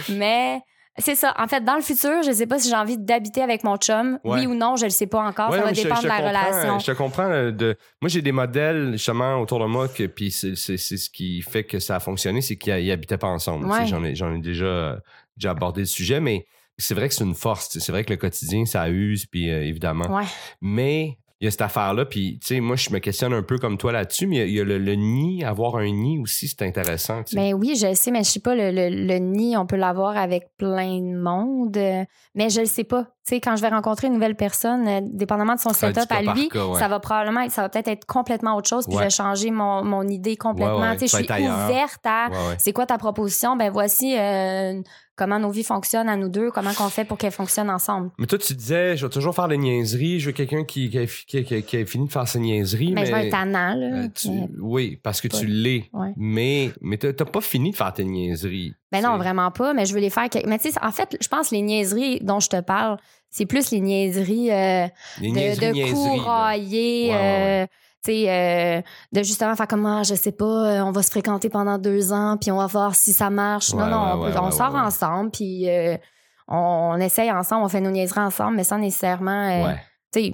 [SPEAKER 1] mais. C'est ça. En fait, dans le futur, je sais pas si j'ai envie d'habiter avec mon chum.
[SPEAKER 2] Ouais.
[SPEAKER 1] Oui ou non, je le sais pas encore.
[SPEAKER 2] Ouais,
[SPEAKER 1] Ah, ça
[SPEAKER 2] non,
[SPEAKER 1] va
[SPEAKER 2] mais je-
[SPEAKER 1] dépendre
[SPEAKER 2] je
[SPEAKER 1] de la
[SPEAKER 2] comprends,
[SPEAKER 1] relation.
[SPEAKER 2] Je te comprends. euh, De... Moi, j'ai des modèles justement autour de moi, que, puis c'est c'est- c'est ce qui fait que ça a fonctionné, c'est qu'ils ils habitaient pas ensemble. tu sais,
[SPEAKER 1] Ouais.
[SPEAKER 2] J'en ai, j'en ai déjà, euh, déjà abordé le sujet, mais c'est vrai que c'est une force. tu sais, C'est vrai que le quotidien, ça use, puis euh, évidemment.
[SPEAKER 1] Ouais.
[SPEAKER 2] Mais il y a cette affaire-là, puis tu sais, moi, je me questionne un peu comme toi là-dessus, mais il y a- il y a, le, le nid, avoir un nid aussi, c'est intéressant. tu sais.
[SPEAKER 1] Ben oui, je le sais, mais je sais pas, le, le- le nid, on peut l'avoir avec plein de monde. euh, Mais je le sais pas. Tu sais, quand je vais rencontrer une nouvelle personne, euh, dépendamment de son
[SPEAKER 2] C'est un
[SPEAKER 1] setup
[SPEAKER 2] petit
[SPEAKER 1] à
[SPEAKER 2] cas par
[SPEAKER 1] lui,
[SPEAKER 2] cas, ouais.
[SPEAKER 1] ça va probablement être- ça va peut-être être complètement autre chose, puis
[SPEAKER 2] Ouais.
[SPEAKER 1] je vais changer mon, mon idée complètement.
[SPEAKER 2] Ouais, ouais,
[SPEAKER 1] Tu sais,
[SPEAKER 2] tu
[SPEAKER 1] je
[SPEAKER 2] vas
[SPEAKER 1] suis
[SPEAKER 2] être ailleurs.
[SPEAKER 1] ouverte à
[SPEAKER 2] Ouais, ouais.
[SPEAKER 1] c'est quoi ta proposition? Ben voici euh, comment nos vies fonctionnent à nous deux, comment qu'on fait pour qu'elles fonctionnent ensemble.
[SPEAKER 2] Mais toi, tu disais, je vais toujours faire des niaiseries, je veux quelqu'un qui, qui, a fi- qui, a- qui a fini de faire ses niaiseries.
[SPEAKER 1] Mais,
[SPEAKER 2] Mais,
[SPEAKER 1] Ben je vais être tannant, là.
[SPEAKER 2] Euh, tu-
[SPEAKER 1] Mais-
[SPEAKER 2] oui, parce que
[SPEAKER 1] Ouais.
[SPEAKER 2] tu l'es.
[SPEAKER 1] Ouais.
[SPEAKER 2] Mais, mais t'as t'as pas fini de faire tes niaiseries.
[SPEAKER 1] Ben
[SPEAKER 2] tu
[SPEAKER 1] non,
[SPEAKER 2] sais.
[SPEAKER 1] vraiment pas, mais je veux les faire. que- Mais tu sais, en fait, je pense que les niaiseries dont je te parle, c'est plus les niaiseries. euh,
[SPEAKER 2] Les
[SPEAKER 1] de,
[SPEAKER 2] niaiseries,
[SPEAKER 1] de
[SPEAKER 2] niaiseries, là.
[SPEAKER 1] courailler,
[SPEAKER 2] Ouais, ouais,
[SPEAKER 1] euh, tu sais, euh, de justement faire comme, ah, je sais pas, euh, on va se fréquenter pendant deux ans, puis on va voir si ça marche.
[SPEAKER 2] Ouais,
[SPEAKER 1] non, non,
[SPEAKER 2] ouais,
[SPEAKER 1] on, peut-
[SPEAKER 2] ouais,
[SPEAKER 1] on
[SPEAKER 2] ouais,
[SPEAKER 1] sort
[SPEAKER 2] ouais, ouais.
[SPEAKER 1] ensemble, puis euh, on, on essaye ensemble, on fait nos niaiseries ensemble, mais sans nécessairement, euh,
[SPEAKER 2] Ouais.
[SPEAKER 1] tu sais,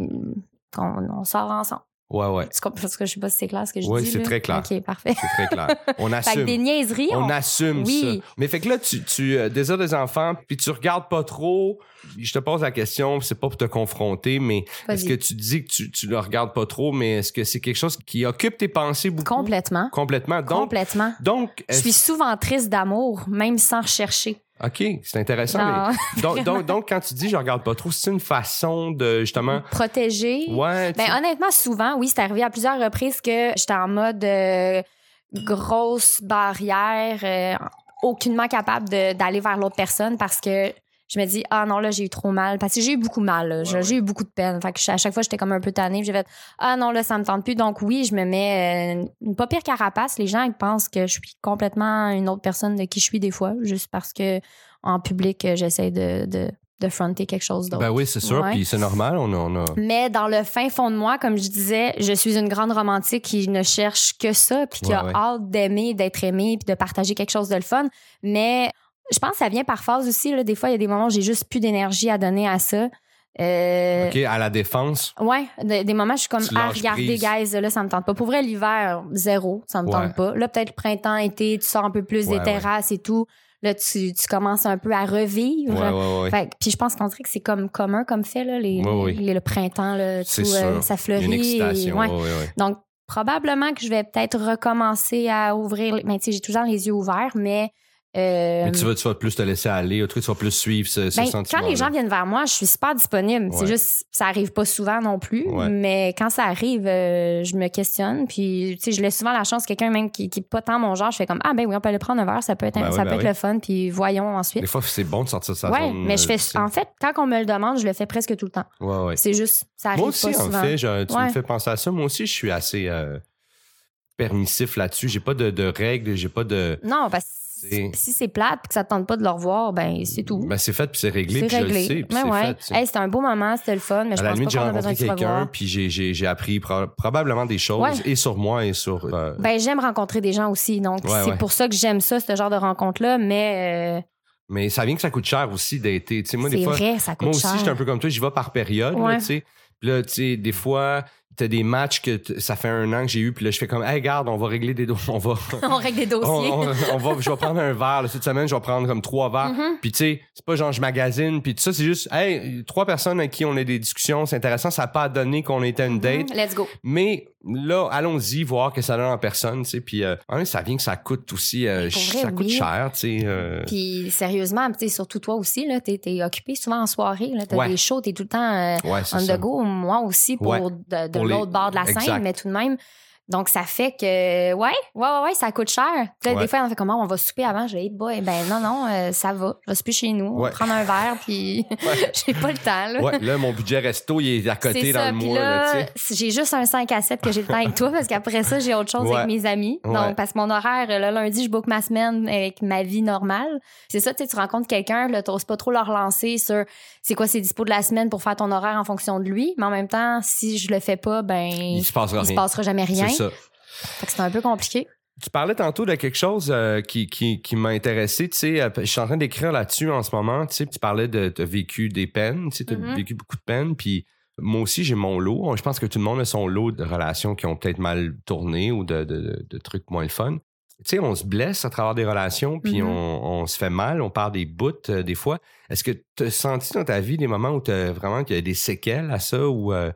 [SPEAKER 1] qu'on- on, sort ensemble.
[SPEAKER 2] Ouais, ouais.
[SPEAKER 1] Tu comprends- Parce que je sais pas si c'est clair ce que je
[SPEAKER 2] Ouais,
[SPEAKER 1] dis.
[SPEAKER 2] c'est
[SPEAKER 1] là.
[SPEAKER 2] très clair.
[SPEAKER 1] OK, parfait.
[SPEAKER 2] C'est très clair.
[SPEAKER 1] [LAUGHS]
[SPEAKER 2] On
[SPEAKER 1] Fait que
[SPEAKER 2] assume.
[SPEAKER 1] des niaiseries,
[SPEAKER 2] On
[SPEAKER 1] on-
[SPEAKER 2] assume
[SPEAKER 1] Oui.
[SPEAKER 2] ça. Mais fait que là, tu, tu euh, désires des enfants, puis tu regardes pas trop. Je te pose la question, c'est pas pour te confronter, mais est-ce
[SPEAKER 1] Vas-y.
[SPEAKER 2] que tu dis que tu, tu le regardes pas trop, mais est-ce que c'est quelque chose qui occupe tes pensées beaucoup?
[SPEAKER 1] complètement.
[SPEAKER 2] Complètement. Donc,
[SPEAKER 1] complètement.
[SPEAKER 2] donc
[SPEAKER 1] Je
[SPEAKER 2] est-ce-
[SPEAKER 1] suis souvent triste d'amour, même sans rechercher.
[SPEAKER 2] OK, c'est intéressant. mais-
[SPEAKER 1] Genre, [LAUGHS]
[SPEAKER 2] Donc, donc, donc, quand tu dis je regarde pas trop, c'est une façon de justement.
[SPEAKER 1] protéger.
[SPEAKER 2] Ouais. tu-
[SPEAKER 1] Ben, honnêtement, souvent, oui, c'est arrivé à plusieurs reprises que j'étais en mode euh, grosse barrière, euh, aucunement capable de- d'aller vers l'autre personne parce que je me dis, ah non, là, j'ai eu trop mal. Parce que j'ai eu beaucoup mal, là. J'ai-
[SPEAKER 2] ouais.
[SPEAKER 1] j'ai eu beaucoup de peine. Fait que je- à chaque fois, j'étais comme un peu tannée. puis J'ai fait, ah non, là, ça me tente plus. Donc, oui, je me mets euh, une pas pire carapace. Les gens, ils pensent que je suis complètement une autre personne de qui je suis des fois, juste parce que en public, euh, j'essaie de, de, de fronter quelque chose d'autre.
[SPEAKER 2] Ben oui, c'est sûr,
[SPEAKER 1] Ouais.
[SPEAKER 2] puis c'est normal, on a, on a-
[SPEAKER 1] Mais dans le fin fond de moi, comme je disais, je suis une grande romantique qui ne cherche que ça, puis qui a
[SPEAKER 2] Ouais, ouais.
[SPEAKER 1] hâte d'aimer, d'être aimée, puis de partager quelque chose de le fun. Mais je pense que ça vient par phase aussi. Là. Des fois, il y a des moments où j'ai juste plus d'énergie à donner à ça. Euh,
[SPEAKER 2] OK, à la défense.
[SPEAKER 1] Ouais, de- des moments, je suis comme,
[SPEAKER 2] Tu
[SPEAKER 1] ah,
[SPEAKER 2] lâches
[SPEAKER 1] regardez,
[SPEAKER 2] prise.
[SPEAKER 1] guys, là, ça me tente pas. Pour vrai, l'hiver, zéro, ça me
[SPEAKER 2] Ouais.
[SPEAKER 1] tente pas. Là, peut-être printemps, été, tu sors un peu plus
[SPEAKER 2] Ouais,
[SPEAKER 1] des
[SPEAKER 2] ouais.
[SPEAKER 1] terrasses et tout. Là, tu, tu commences un peu à revivre.
[SPEAKER 2] Ouais, ouais, ouais.
[SPEAKER 1] Fait que- puis je pense qu'on dirait que c'est comme commun comme fait, là, les,
[SPEAKER 2] Ouais, ouais.
[SPEAKER 1] les- le printemps, là, tout,
[SPEAKER 2] C'est
[SPEAKER 1] euh,
[SPEAKER 2] sûr.
[SPEAKER 1] ça
[SPEAKER 2] Il
[SPEAKER 1] fleurit.
[SPEAKER 2] y a une excitation.
[SPEAKER 1] et- ouais.
[SPEAKER 2] ouais, ouais, ouais.
[SPEAKER 1] Donc, probablement que je vais peut-être recommencer à ouvrir. Mais tu sais, j'ai toujours les yeux ouverts, mais. euh,
[SPEAKER 2] Mais tu vas, tu vas plus te laisser aller, autrui, tu vas plus suivre ce, ce
[SPEAKER 1] ben,
[SPEAKER 2] sentiment.
[SPEAKER 1] quand les gens viennent vers moi, je suis super disponible.
[SPEAKER 2] Ouais.
[SPEAKER 1] C'est juste, ça arrive pas souvent non plus,
[SPEAKER 2] Ouais.
[SPEAKER 1] mais quand ça arrive, euh, je me questionne. Puis, tu sais, je laisse souvent la chance quelqu'un même qui qui est pas tant mon genre. Je fais comme ah ben oui, on peut aller prendre un verre, ça peut être, un-
[SPEAKER 2] Ben oui,
[SPEAKER 1] ça
[SPEAKER 2] ben
[SPEAKER 1] peut être
[SPEAKER 2] oui.
[SPEAKER 1] le fun. Puis voyons ensuite.
[SPEAKER 2] Des fois, c'est bon de sortir de sa
[SPEAKER 1] Ouais,
[SPEAKER 2] zone,
[SPEAKER 1] mais je
[SPEAKER 2] euh, tu
[SPEAKER 1] fais
[SPEAKER 2] sais.
[SPEAKER 1] en fait quand on me le demande, je le fais presque tout le temps.
[SPEAKER 2] Ouais, ouais.
[SPEAKER 1] C'est juste, ça arrive
[SPEAKER 2] Moi aussi,
[SPEAKER 1] pas
[SPEAKER 2] en
[SPEAKER 1] souvent.
[SPEAKER 2] fait, je- tu me
[SPEAKER 1] Ouais.
[SPEAKER 2] fais penser à ça. Moi aussi, je suis assez euh, permissif là-dessus. J'ai pas de, de règles, j'ai pas de.
[SPEAKER 1] Non, parce que
[SPEAKER 2] C'est-
[SPEAKER 1] si- si c'est plate puis que ça te tente pas de le revoir, ben c'est tout.
[SPEAKER 2] Ben, c'est fait, puis c'est réglé,
[SPEAKER 1] c'est
[SPEAKER 2] puis
[SPEAKER 1] réglé.
[SPEAKER 2] je le sais, puis
[SPEAKER 1] Mais
[SPEAKER 2] c'est
[SPEAKER 1] ouais.
[SPEAKER 2] fait. tu sais.
[SPEAKER 1] Hey, c'était un beau moment, c'était le fun, mais je
[SPEAKER 2] à la
[SPEAKER 1] pense
[SPEAKER 2] limite, j'ai
[SPEAKER 1] pas qu'on a besoin
[SPEAKER 2] rencontré
[SPEAKER 1] de se revoir.
[SPEAKER 2] quelqu'un, puis j'ai- j'ai j'ai appris pro- probablement des choses,
[SPEAKER 1] Ouais.
[SPEAKER 2] et sur moi, et sur. euh,
[SPEAKER 1] Ben, j'aime rencontrer des gens aussi. Donc,
[SPEAKER 2] Ouais,
[SPEAKER 1] c'est
[SPEAKER 2] ouais.
[SPEAKER 1] pour ça que j'aime ça, ce genre de rencontre-là. Mais
[SPEAKER 2] mais ça vient que ça coûte cher aussi d'aider. Tu sais,
[SPEAKER 1] euh,
[SPEAKER 2] moi, des
[SPEAKER 1] c'est
[SPEAKER 2] fois,
[SPEAKER 1] vrai, ça coûte
[SPEAKER 2] Moi aussi,
[SPEAKER 1] cher.
[SPEAKER 2] j'étais un peu comme toi, j'y vais par période, là,
[SPEAKER 1] Ouais.
[SPEAKER 2] tu sais. Puis là, tu sais, des fois, t'as des matchs que t- ça fait un an que j'ai eu, puis là, je fais comme, hey, garde, on va régler des dos, [LAUGHS] on va.
[SPEAKER 1] [LAUGHS] On règle des
[SPEAKER 2] On,
[SPEAKER 1] dossiers.
[SPEAKER 2] on- on va, je vais prendre un verre. là. Cette semaine, je vais prendre comme trois verres.
[SPEAKER 1] Mhm.
[SPEAKER 2] Puis tu sais, c'est pas genre je magasine. Puis tout ça, c'est juste, hey, trois personnes à qui on a des discussions, c'est intéressant. Ça n'a pas donné qu'on était à une date.
[SPEAKER 1] Mhm, Let's go.
[SPEAKER 2] Mais là, allons-y voir que ça donne en personne, tu sais. Puis euh, hein, ça vient que ça coûte aussi, euh,
[SPEAKER 1] Mais pour
[SPEAKER 2] ch-
[SPEAKER 1] vrai,
[SPEAKER 2] ça coûte
[SPEAKER 1] oui.
[SPEAKER 2] cher, tu sais. euh,
[SPEAKER 1] Puis, sérieusement, tu sais, surtout toi aussi, là, t'es, t'es occupé souvent en soirée. Là, t'as
[SPEAKER 2] Ouais.
[SPEAKER 1] des shows, t'es tout le temps euh,
[SPEAKER 2] ouais, c'est
[SPEAKER 1] on
[SPEAKER 2] ça.
[SPEAKER 1] the go. Moi aussi, pour
[SPEAKER 2] Ouais.
[SPEAKER 1] de, de
[SPEAKER 2] Pour les-
[SPEAKER 1] l'autre bord de la scène,
[SPEAKER 2] Exact.
[SPEAKER 1] mais tout de même. Donc, ça fait que, ouais, ouais, ouais, ouais, ça coûte cher. Puis là,
[SPEAKER 2] Ouais.
[SPEAKER 1] Des fois, on fait comment on va souper avant. Je dis, hey boy, ben non, non, euh, ça va. Je vais souper chez nous, on va
[SPEAKER 2] Ouais.
[SPEAKER 1] prendre un verre, puis
[SPEAKER 2] [LAUGHS] Ouais.
[SPEAKER 1] [LAUGHS] j'ai pas le temps. Là.
[SPEAKER 2] Ouais, là, mon budget resto, il est à côté
[SPEAKER 1] C'est
[SPEAKER 2] dans
[SPEAKER 1] ça.
[SPEAKER 2] le
[SPEAKER 1] Puis
[SPEAKER 2] mois. là,
[SPEAKER 1] là,
[SPEAKER 2] tu sais.
[SPEAKER 1] si j'ai juste un 5 à 7 que j'ai le temps avec toi parce qu'après ça, j'ai autre chose
[SPEAKER 2] Ouais.
[SPEAKER 1] avec mes amis. Donc,
[SPEAKER 2] Ouais.
[SPEAKER 1] parce que mon horaire, le lundi, je book ma semaine avec ma vie normale. C'est ça, tu sais, tu rencontres quelqu'un, là, t'oses pas trop leur lancer sur c'est quoi ses dispos de la semaine pour faire ton horaire en fonction de lui. Mais en même temps, si je le fais pas, ben,
[SPEAKER 2] il
[SPEAKER 1] il,
[SPEAKER 2] se passera
[SPEAKER 1] se
[SPEAKER 2] rien.
[SPEAKER 1] passera jamais rien.
[SPEAKER 2] C'est ça.
[SPEAKER 1] Fait que c'est un peu compliqué.
[SPEAKER 2] Tu parlais tantôt de quelque chose euh, qui, qui, qui m'a intéressé. Tu sais, euh, je suis en train d'écrire là-dessus en ce moment. Tu sais, tu parlais de t'as vécu des peines. Tu sais, t'as
[SPEAKER 1] Mhm.
[SPEAKER 2] vécu beaucoup de peines. Puis moi aussi, j'ai mon lot. Je pense que tout le monde a son lot de relations qui ont peut-être mal tourné ou de, de- de trucs moins le fun. Tu sais, on se blesse à travers des relations, puis
[SPEAKER 1] Mhm.
[SPEAKER 2] on, on se fait mal, on part des bouts euh, des fois. Est-ce que tu as senti dans ta vie des moments où tu vraiment qu'il y a des séquelles à ça ou euh,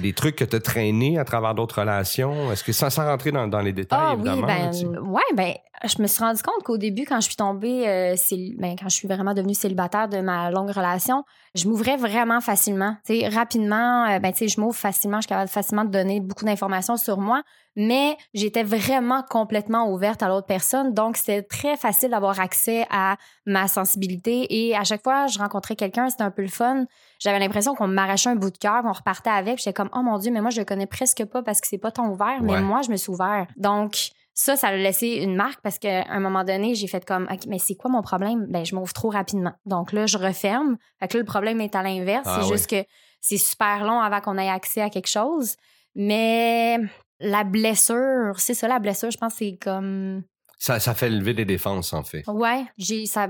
[SPEAKER 2] des trucs que tu as traînés à travers d'autres relations? Est-ce que sans, sans rentrer dans, dans les détails,
[SPEAKER 1] Ah oui,
[SPEAKER 2] évidemment?
[SPEAKER 1] ben,
[SPEAKER 2] tu sais.
[SPEAKER 1] ouais, ben, je me suis rendu compte qu'au début, quand je suis tombée, euh, cél- ben, quand je suis vraiment devenue célibataire de ma longue relation, je m'ouvrais vraiment facilement. Tu sais, rapidement, euh, ben, tu sais, je m'ouvre facilement, je suis capable facilement de donner beaucoup d'informations sur moi, mais j'étais vraiment complètement ouverte à l'autre personne. Donc, c'était très facile d'avoir accès à ma sensibilité. Et à chaque fois, je rencontrais quelqu'un, c'était un peu le fun. J'avais l'impression qu'on m'arrachait un bout de cœur, qu'on repartait avec. Puis J'étais comme, oh mon Dieu, mais moi, je le connais presque pas parce que c'est pas tant ouvert, mais
[SPEAKER 2] Ouais.
[SPEAKER 1] moi, je me suis ouvert. Donc, ça, ça a laissé une marque parce qu'à un moment donné, j'ai fait comme, OK, mais c'est quoi mon problème? Ben, je m'ouvre trop rapidement. Donc là, je referme. Fait que là, le problème est à l'inverse.
[SPEAKER 2] Ah
[SPEAKER 1] c'est juste que c'est super long avant qu'on ait accès à quelque chose. Mais la blessure, c'est ça, la blessure, je pense, que c'est comme.
[SPEAKER 2] Ça, ça fait lever des défenses, en fait.
[SPEAKER 1] Ouais, j'ai ça.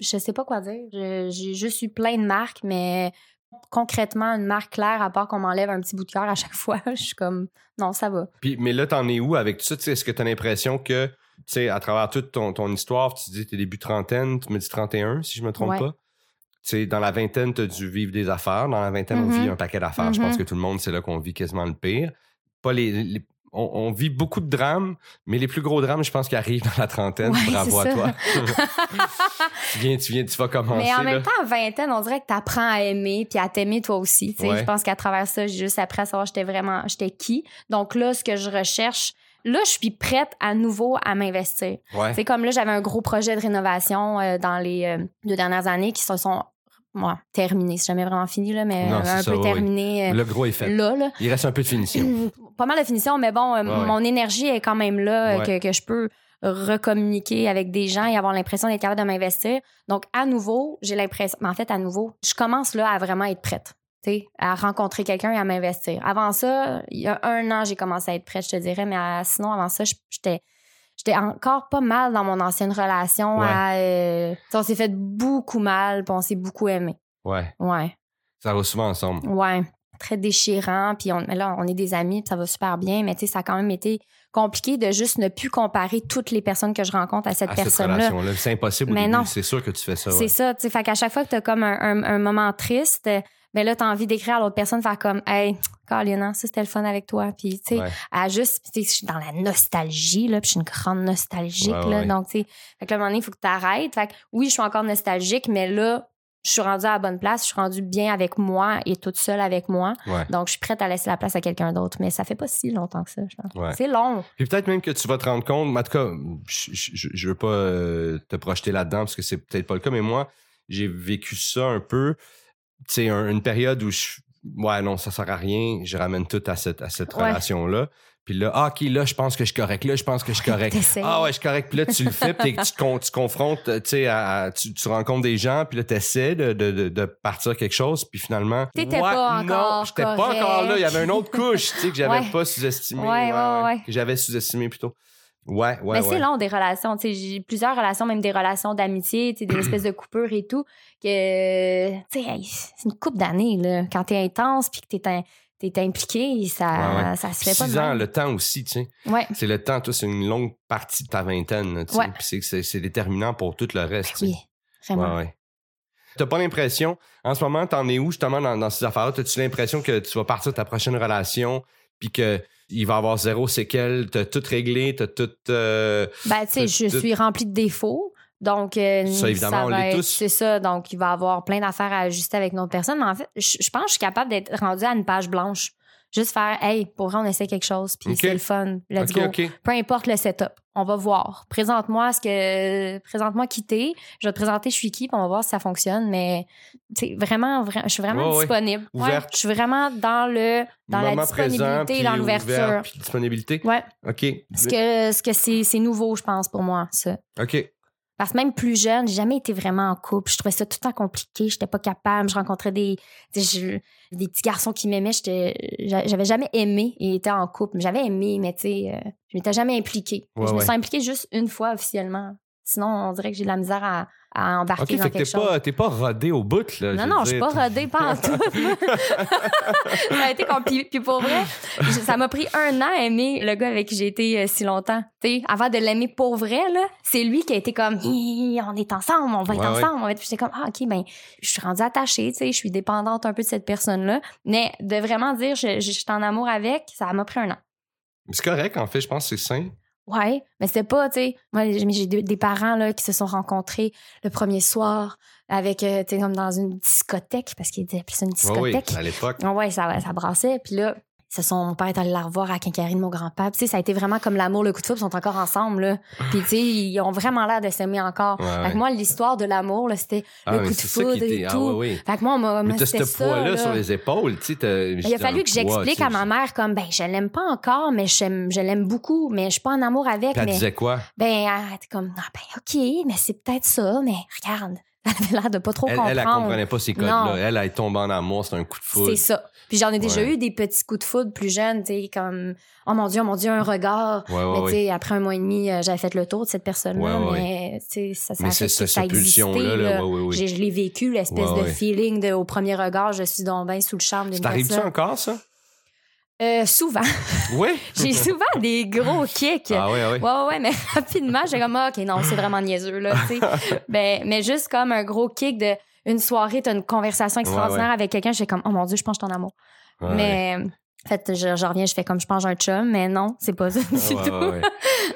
[SPEAKER 1] Je sais pas quoi dire. Je- J'ai juste eu plein de marques, mais concrètement, une marque claire, à part qu'on m'enlève un petit bout de cœur à chaque [LAUGHS] fois, je suis comme, non, ça va.
[SPEAKER 2] Puis, mais là, t'en es où avec tout ça? Tu sais, Est-ce que t'as l'impression que, tu sais, à travers toute ton, ton histoire, tu dis t'es début trentaine, tu me dis 31, si je me trompe
[SPEAKER 1] Ouais.
[SPEAKER 2] pas. Tu sais, dans la vingtaine, t'as dû vivre des affaires. Dans la vingtaine, on
[SPEAKER 1] Mhm.
[SPEAKER 2] vit un paquet d'affaires. Je
[SPEAKER 1] Mhm.
[SPEAKER 2] pense que tout le monde, c'est là qu'on vit quasiment le pire. Pas les, les- on, on vit beaucoup de drames, mais les plus gros drames, je pense, qui arrivent dans la trentaine.
[SPEAKER 1] Ouais,
[SPEAKER 2] Bravo à
[SPEAKER 1] c'est ça. [LAUGHS]
[SPEAKER 2] toi. tu, viens, tu viens, tu vas commencer.
[SPEAKER 1] Mais en même
[SPEAKER 2] là.
[SPEAKER 1] temps, à vingtaine, on dirait que t'apprends à aimer puis à t'aimer toi aussi. tu sais.
[SPEAKER 2] Ouais.
[SPEAKER 1] Je pense qu'à travers ça, j'ai juste appris à savoir j'étais vraiment, j'étais qui. Donc là, ce que je recherche, là, je suis prête à nouveau à m'investir.
[SPEAKER 2] Ouais.
[SPEAKER 1] C'est comme là, j'avais un gros projet de rénovation euh, dans les euh, deux dernières années qui se sont moi, terminés. C'est jamais vraiment fini, là, mais
[SPEAKER 2] Non,
[SPEAKER 1] euh,
[SPEAKER 2] c'est
[SPEAKER 1] un
[SPEAKER 2] ça,
[SPEAKER 1] peu
[SPEAKER 2] oui.
[SPEAKER 1] terminé euh,
[SPEAKER 2] Le gros est fait.
[SPEAKER 1] là, là.
[SPEAKER 2] Il reste un peu de finition.
[SPEAKER 1] [CLEARS THROAT] Pas mal de finition, mais bon, euh,
[SPEAKER 2] Ouais.
[SPEAKER 1] mon énergie est quand même là, euh,
[SPEAKER 2] Ouais.
[SPEAKER 1] que, que je peux recommuniquer avec des gens et avoir l'impression d'être capable de m'investir. Donc, à nouveau, j'ai l'impression, mais en fait, à nouveau, je commence là à vraiment être prête, tu sais, à rencontrer quelqu'un et à m'investir. Avant ça, il y a un an, j'ai commencé à être prête, je te dirais, mais euh, sinon, avant ça, je- j'étais... J'étais encore pas mal dans mon ancienne relation.
[SPEAKER 2] Ouais.
[SPEAKER 1] à, euh, tu sais, on s'est fait beaucoup mal, puis on s'est beaucoup aimé.
[SPEAKER 2] Ouais.
[SPEAKER 1] Ouais,
[SPEAKER 2] Ça va souvent ensemble.
[SPEAKER 1] ouais. très déchirant. Puis on, mais là, on est des amis, puis ça va super bien. Mais tu sais, ça a quand même été compliqué de juste ne plus comparer toutes les personnes que je rencontre à cette
[SPEAKER 2] à Ah, cette
[SPEAKER 1] personne-là.
[SPEAKER 2] relation-là. C'est impossible. au
[SPEAKER 1] Mais
[SPEAKER 2] début.
[SPEAKER 1] non.
[SPEAKER 2] C'est sûr que tu fais ça. ouais.
[SPEAKER 1] C'est ça, tu sais. Fait qu'à chaque fois que t'as comme un, un- un moment triste, ben là, t'as envie d'écrire à l'autre personne, faire comme, hey, Colin, hein, ça c'était le fun avec toi. Puis, tu sais,
[SPEAKER 2] Ouais.
[SPEAKER 1] à juste, tu sais, je suis dans la nostalgie, là, puis je suis une grande nostalgique,
[SPEAKER 2] Ouais,
[SPEAKER 1] là.
[SPEAKER 2] ouais.
[SPEAKER 1] Donc, tu sais, fait que là, à un moment donné, il faut que t'arrêtes. Fait que oui, je suis encore nostalgique, mais là, je suis rendue à la bonne place, je suis rendue bien avec moi et toute seule avec moi.
[SPEAKER 2] Ouais.
[SPEAKER 1] Donc, je suis prête à laisser la place à quelqu'un d'autre. Mais ça fait pas si longtemps que ça, je pense.
[SPEAKER 2] Ouais.
[SPEAKER 1] C'est long.
[SPEAKER 2] Puis peut-être même que tu vas te rendre compte, mais en tout cas, je- je je veux pas euh, te projeter là-dedans parce que c'est peut-être pas le cas, mais moi, j'ai vécu ça un peu. Tu sais, un- une période où je. Ouais, non, ça sert à rien, je ramène tout à cette, à cette
[SPEAKER 1] Ouais.
[SPEAKER 2] relation-là. Puis là, ah, ok, là, je pense que je suis correct, là, je pense que je suis correct.
[SPEAKER 1] T'essayes.
[SPEAKER 2] Ah ouais, je suis correct. Puis là, tu le fais, puis t'es- tu, te con- tu confrontes, euh, tu sais, à- à- tu, tu rencontres des gens, puis là, tu essaies de, de, de, de partir quelque chose, puis finalement.
[SPEAKER 1] T'étais
[SPEAKER 2] ouais,
[SPEAKER 1] pas
[SPEAKER 2] Non,
[SPEAKER 1] encore
[SPEAKER 2] j'étais pas encore là. Il y
[SPEAKER 1] correct.
[SPEAKER 2] avait une autre couche, tu sais, que j'avais
[SPEAKER 1] Ouais.
[SPEAKER 2] pas sous-estimé.
[SPEAKER 1] Ouais, ouais, ouais.
[SPEAKER 2] Que j'avais sous-estimé plutôt. Ouais, ouais,
[SPEAKER 1] mais
[SPEAKER 2] ouais.
[SPEAKER 1] c'est long des relations. tu sais, J'ai plusieurs relations, même des relations d'amitié, tu sais,
[SPEAKER 2] [CLEARS THROAT]
[SPEAKER 1] des espèces de coupures et tout. que tu sais, hey, C'est une coupe d'années. là. Quand t'es intense puis que t'es in- t'es impliqué, ça,
[SPEAKER 2] Ouais, ouais.
[SPEAKER 1] ça se fait pas. de
[SPEAKER 2] Six ans,
[SPEAKER 1] même.
[SPEAKER 2] le temps aussi, tu sais.
[SPEAKER 1] Ouais.
[SPEAKER 2] C'est le temps, toi, c'est une longue partie de ta vingtaine, là, tu sais.
[SPEAKER 1] Ouais.
[SPEAKER 2] Puis c'est- c'est c'est déterminant pour tout le reste, tu
[SPEAKER 1] Ben
[SPEAKER 2] sais.
[SPEAKER 1] Oui, vraiment.
[SPEAKER 2] Ouais, ouais. T'as pas l'impression, en ce moment, t'en es où justement dans, dans ces affaires-là? T'as-tu l'impression que tu vas partir de ta prochaine relation, puis que il va avoir zéro séquelle, t'as tout réglé, t'as tout. euh,
[SPEAKER 1] Ben, tu sais,
[SPEAKER 2] C'est-
[SPEAKER 1] je
[SPEAKER 2] c'est-
[SPEAKER 1] suis remplie de défauts. Donc, euh,
[SPEAKER 2] Ça, évidemment, on
[SPEAKER 1] va
[SPEAKER 2] l'est
[SPEAKER 1] être-
[SPEAKER 2] tous.
[SPEAKER 1] C'est ça. Donc, il va y avoir plein d'affaires à ajuster avec notre personne. Mais en fait, je je pense que je suis capable d'être rendue à une page blanche. Juste faire, hey, pour vrai, on essaie quelque chose, puis
[SPEAKER 2] Ok.
[SPEAKER 1] c'est le fun, let's
[SPEAKER 2] ok,
[SPEAKER 1] go.
[SPEAKER 2] ok.
[SPEAKER 1] peu importe le setup. On va voir. Présente-moi ce que. Présente-moi qui t'es. Je vais te présenter je suis qui, puis on va voir si ça fonctionne. Mais tu sais, vraiment, vra- je suis vraiment
[SPEAKER 2] Ouais, ouais.
[SPEAKER 1] disponible. Ouais,
[SPEAKER 2] Ouverte.
[SPEAKER 1] je suis vraiment dans le dans la
[SPEAKER 2] Moment présent,
[SPEAKER 1] disponibilité,
[SPEAKER 2] puis
[SPEAKER 1] dans
[SPEAKER 2] ouvert,
[SPEAKER 1] l'ouverture.
[SPEAKER 2] puis disponibilité.
[SPEAKER 1] Ouais.
[SPEAKER 2] Ok.
[SPEAKER 1] Ce que ce que c'est c'est nouveau, je pense, pour moi, ça.
[SPEAKER 2] Ok.
[SPEAKER 1] Parce que même plus jeune, j'ai jamais été vraiment en couple. Je trouvais ça tout le temps compliqué. J'étais pas capable. Je rencontrais des, des, je- des petits garçons qui m'aimaient. J'étais- j'a- J'avais jamais aimé et été en couple. J'avais aimé, mais tu sais, euh, je m'étais jamais impliquée.
[SPEAKER 2] Ouais,
[SPEAKER 1] je me
[SPEAKER 2] ouais.
[SPEAKER 1] suis impliquée juste une fois officiellement. Sinon, on dirait que j'ai de la misère à, à embarquer
[SPEAKER 2] Ok, fait
[SPEAKER 1] dans
[SPEAKER 2] que
[SPEAKER 1] quelque
[SPEAKER 2] t'es
[SPEAKER 1] chose.
[SPEAKER 2] pas, t'es pas rodé au bout, là.
[SPEAKER 1] Non, non,
[SPEAKER 2] Euh, veux
[SPEAKER 1] je suis
[SPEAKER 2] dire.
[SPEAKER 1] pas rodée pas en tout.
[SPEAKER 2] [LAUGHS]
[SPEAKER 1] ça a été compliqué. Puis pour vrai, je- ça m'a pris un an à aimer le gars avec qui j'ai été euh, si longtemps. Tu sais, avant de l'aimer pour vrai, là, c'est lui qui a été comme, Hi, on est ensemble, on va être
[SPEAKER 2] Ouais, ouais.
[SPEAKER 1] ensemble. on va être- Puis j'étais comme, ah, OK, ben, je suis rendue attachée, tu sais, je suis dépendante un peu de cette personne-là. Mais de vraiment dire, je, je- je suis en amour avec, ça m'a pris un an.
[SPEAKER 2] C'est correct, en fait, je pense que c'est sain.
[SPEAKER 1] Ouais, mais c'était pas, tu sais, moi j'ai j'ai des des parents là qui se sont rencontrés le premier soir avec, euh, tu sais, comme dans une discothèque parce qu'ils disaient plus une
[SPEAKER 2] Ouais, oui,
[SPEAKER 1] discothèque.
[SPEAKER 2] à l'époque.
[SPEAKER 1] Ah ouais, ça, ça brassait. Puis là, ce sont, mon père est allé la revoir à Quincaillerie de mon grand-père. Puis, tu sais, ça a été vraiment comme l'amour, le coup de fou, ils sont encore ensemble. Là. Puis, tu sais, ils ont vraiment l'air de s'aimer encore.
[SPEAKER 2] Ouais,
[SPEAKER 1] Fait
[SPEAKER 2] ouais.
[SPEAKER 1] que moi, l'histoire de l'amour, là, c'était
[SPEAKER 2] Ah,
[SPEAKER 1] le
[SPEAKER 2] mais
[SPEAKER 1] coup de
[SPEAKER 2] c'est ça qui
[SPEAKER 1] foudre
[SPEAKER 2] était-
[SPEAKER 1] et
[SPEAKER 2] ah,
[SPEAKER 1] tout.
[SPEAKER 2] ouais, ouais.
[SPEAKER 1] Fait que moi, on m'a
[SPEAKER 2] Mais
[SPEAKER 1] moi,
[SPEAKER 2] t'as
[SPEAKER 1] c'était
[SPEAKER 2] ce
[SPEAKER 1] ça,
[SPEAKER 2] poids-là
[SPEAKER 1] là.
[SPEAKER 2] sur les épaules, tu sais. t'as-
[SPEAKER 1] Mais il a
[SPEAKER 2] dans le
[SPEAKER 1] fallu que
[SPEAKER 2] poids,
[SPEAKER 1] j'explique
[SPEAKER 2] tu
[SPEAKER 1] à
[SPEAKER 2] sais.
[SPEAKER 1] ma mère comme ben je l'aime pas encore mais je, l'aime- je l'aime beaucoup mais je suis pas en amour avec
[SPEAKER 2] Puis elle
[SPEAKER 1] mais
[SPEAKER 2] disait quoi?
[SPEAKER 1] ben elle était comme ah ben OK mais c'est peut-être ça mais regarde [LAUGHS] elle avait l'air de pas trop
[SPEAKER 2] Elle,
[SPEAKER 1] comprendre
[SPEAKER 2] elle, elle comprenait pas ces codes-là.
[SPEAKER 1] Non.
[SPEAKER 2] Elle, elle tombe en amour, c'est un coup de foudre.
[SPEAKER 1] C'est ça. Puis j'en ai déjà
[SPEAKER 2] Ouais.
[SPEAKER 1] eu des petits coups de foudre plus jeunes, tu sais, comme oh mon dieu, oh mon dieu, un regard.
[SPEAKER 2] Ouais, ouais,
[SPEAKER 1] mais
[SPEAKER 2] ouais.
[SPEAKER 1] tu sais, après un mois et demi, euh, j'avais fait le tour de cette personne-là,
[SPEAKER 2] Ah Ouais, ouais,
[SPEAKER 1] mais euh, tu sais, ça, ça
[SPEAKER 2] Mais
[SPEAKER 1] a
[SPEAKER 2] c'est
[SPEAKER 1] fait
[SPEAKER 2] ça,
[SPEAKER 1] que ça
[SPEAKER 2] cette
[SPEAKER 1] existait,
[SPEAKER 2] pulsion-là, là,
[SPEAKER 1] là.
[SPEAKER 2] ouais, ouais, ouais.
[SPEAKER 1] J'ai- Je l'ai vécu, l'espèce
[SPEAKER 2] Ouais,
[SPEAKER 1] de
[SPEAKER 2] ouais.
[SPEAKER 1] feeling de au premier regard, je suis donc bien sous le charme d'une
[SPEAKER 2] Ça t'arrive-tu
[SPEAKER 1] personne.
[SPEAKER 2] encore, ça?
[SPEAKER 1] Euh, souvent. [LAUGHS]
[SPEAKER 2] Oui?
[SPEAKER 1] J'ai souvent des gros kicks.
[SPEAKER 2] Ah ouais, ah ouais.
[SPEAKER 1] Ouais, ouais, ouais, mais [LAUGHS] rapidement, j'ai comme, ah, OK, non, c'est vraiment niaiseux, là, tu
[SPEAKER 2] [LAUGHS]
[SPEAKER 1] sais. ben, mais juste comme un gros kick de une soirée, t'as une conversation extraordinaire
[SPEAKER 2] Ouais,
[SPEAKER 1] avec quelqu'un, je fais comme, oh mon Dieu, je pense que je t'en amour.
[SPEAKER 2] Ouais, ouais.
[SPEAKER 1] Mais euh, en fait, je, je reviens, je fais comme je pense j'ai un chum, mais non, c'est pas ça du
[SPEAKER 2] Ah, ouais,
[SPEAKER 1] tout. [LAUGHS]
[SPEAKER 2] ouais, ouais.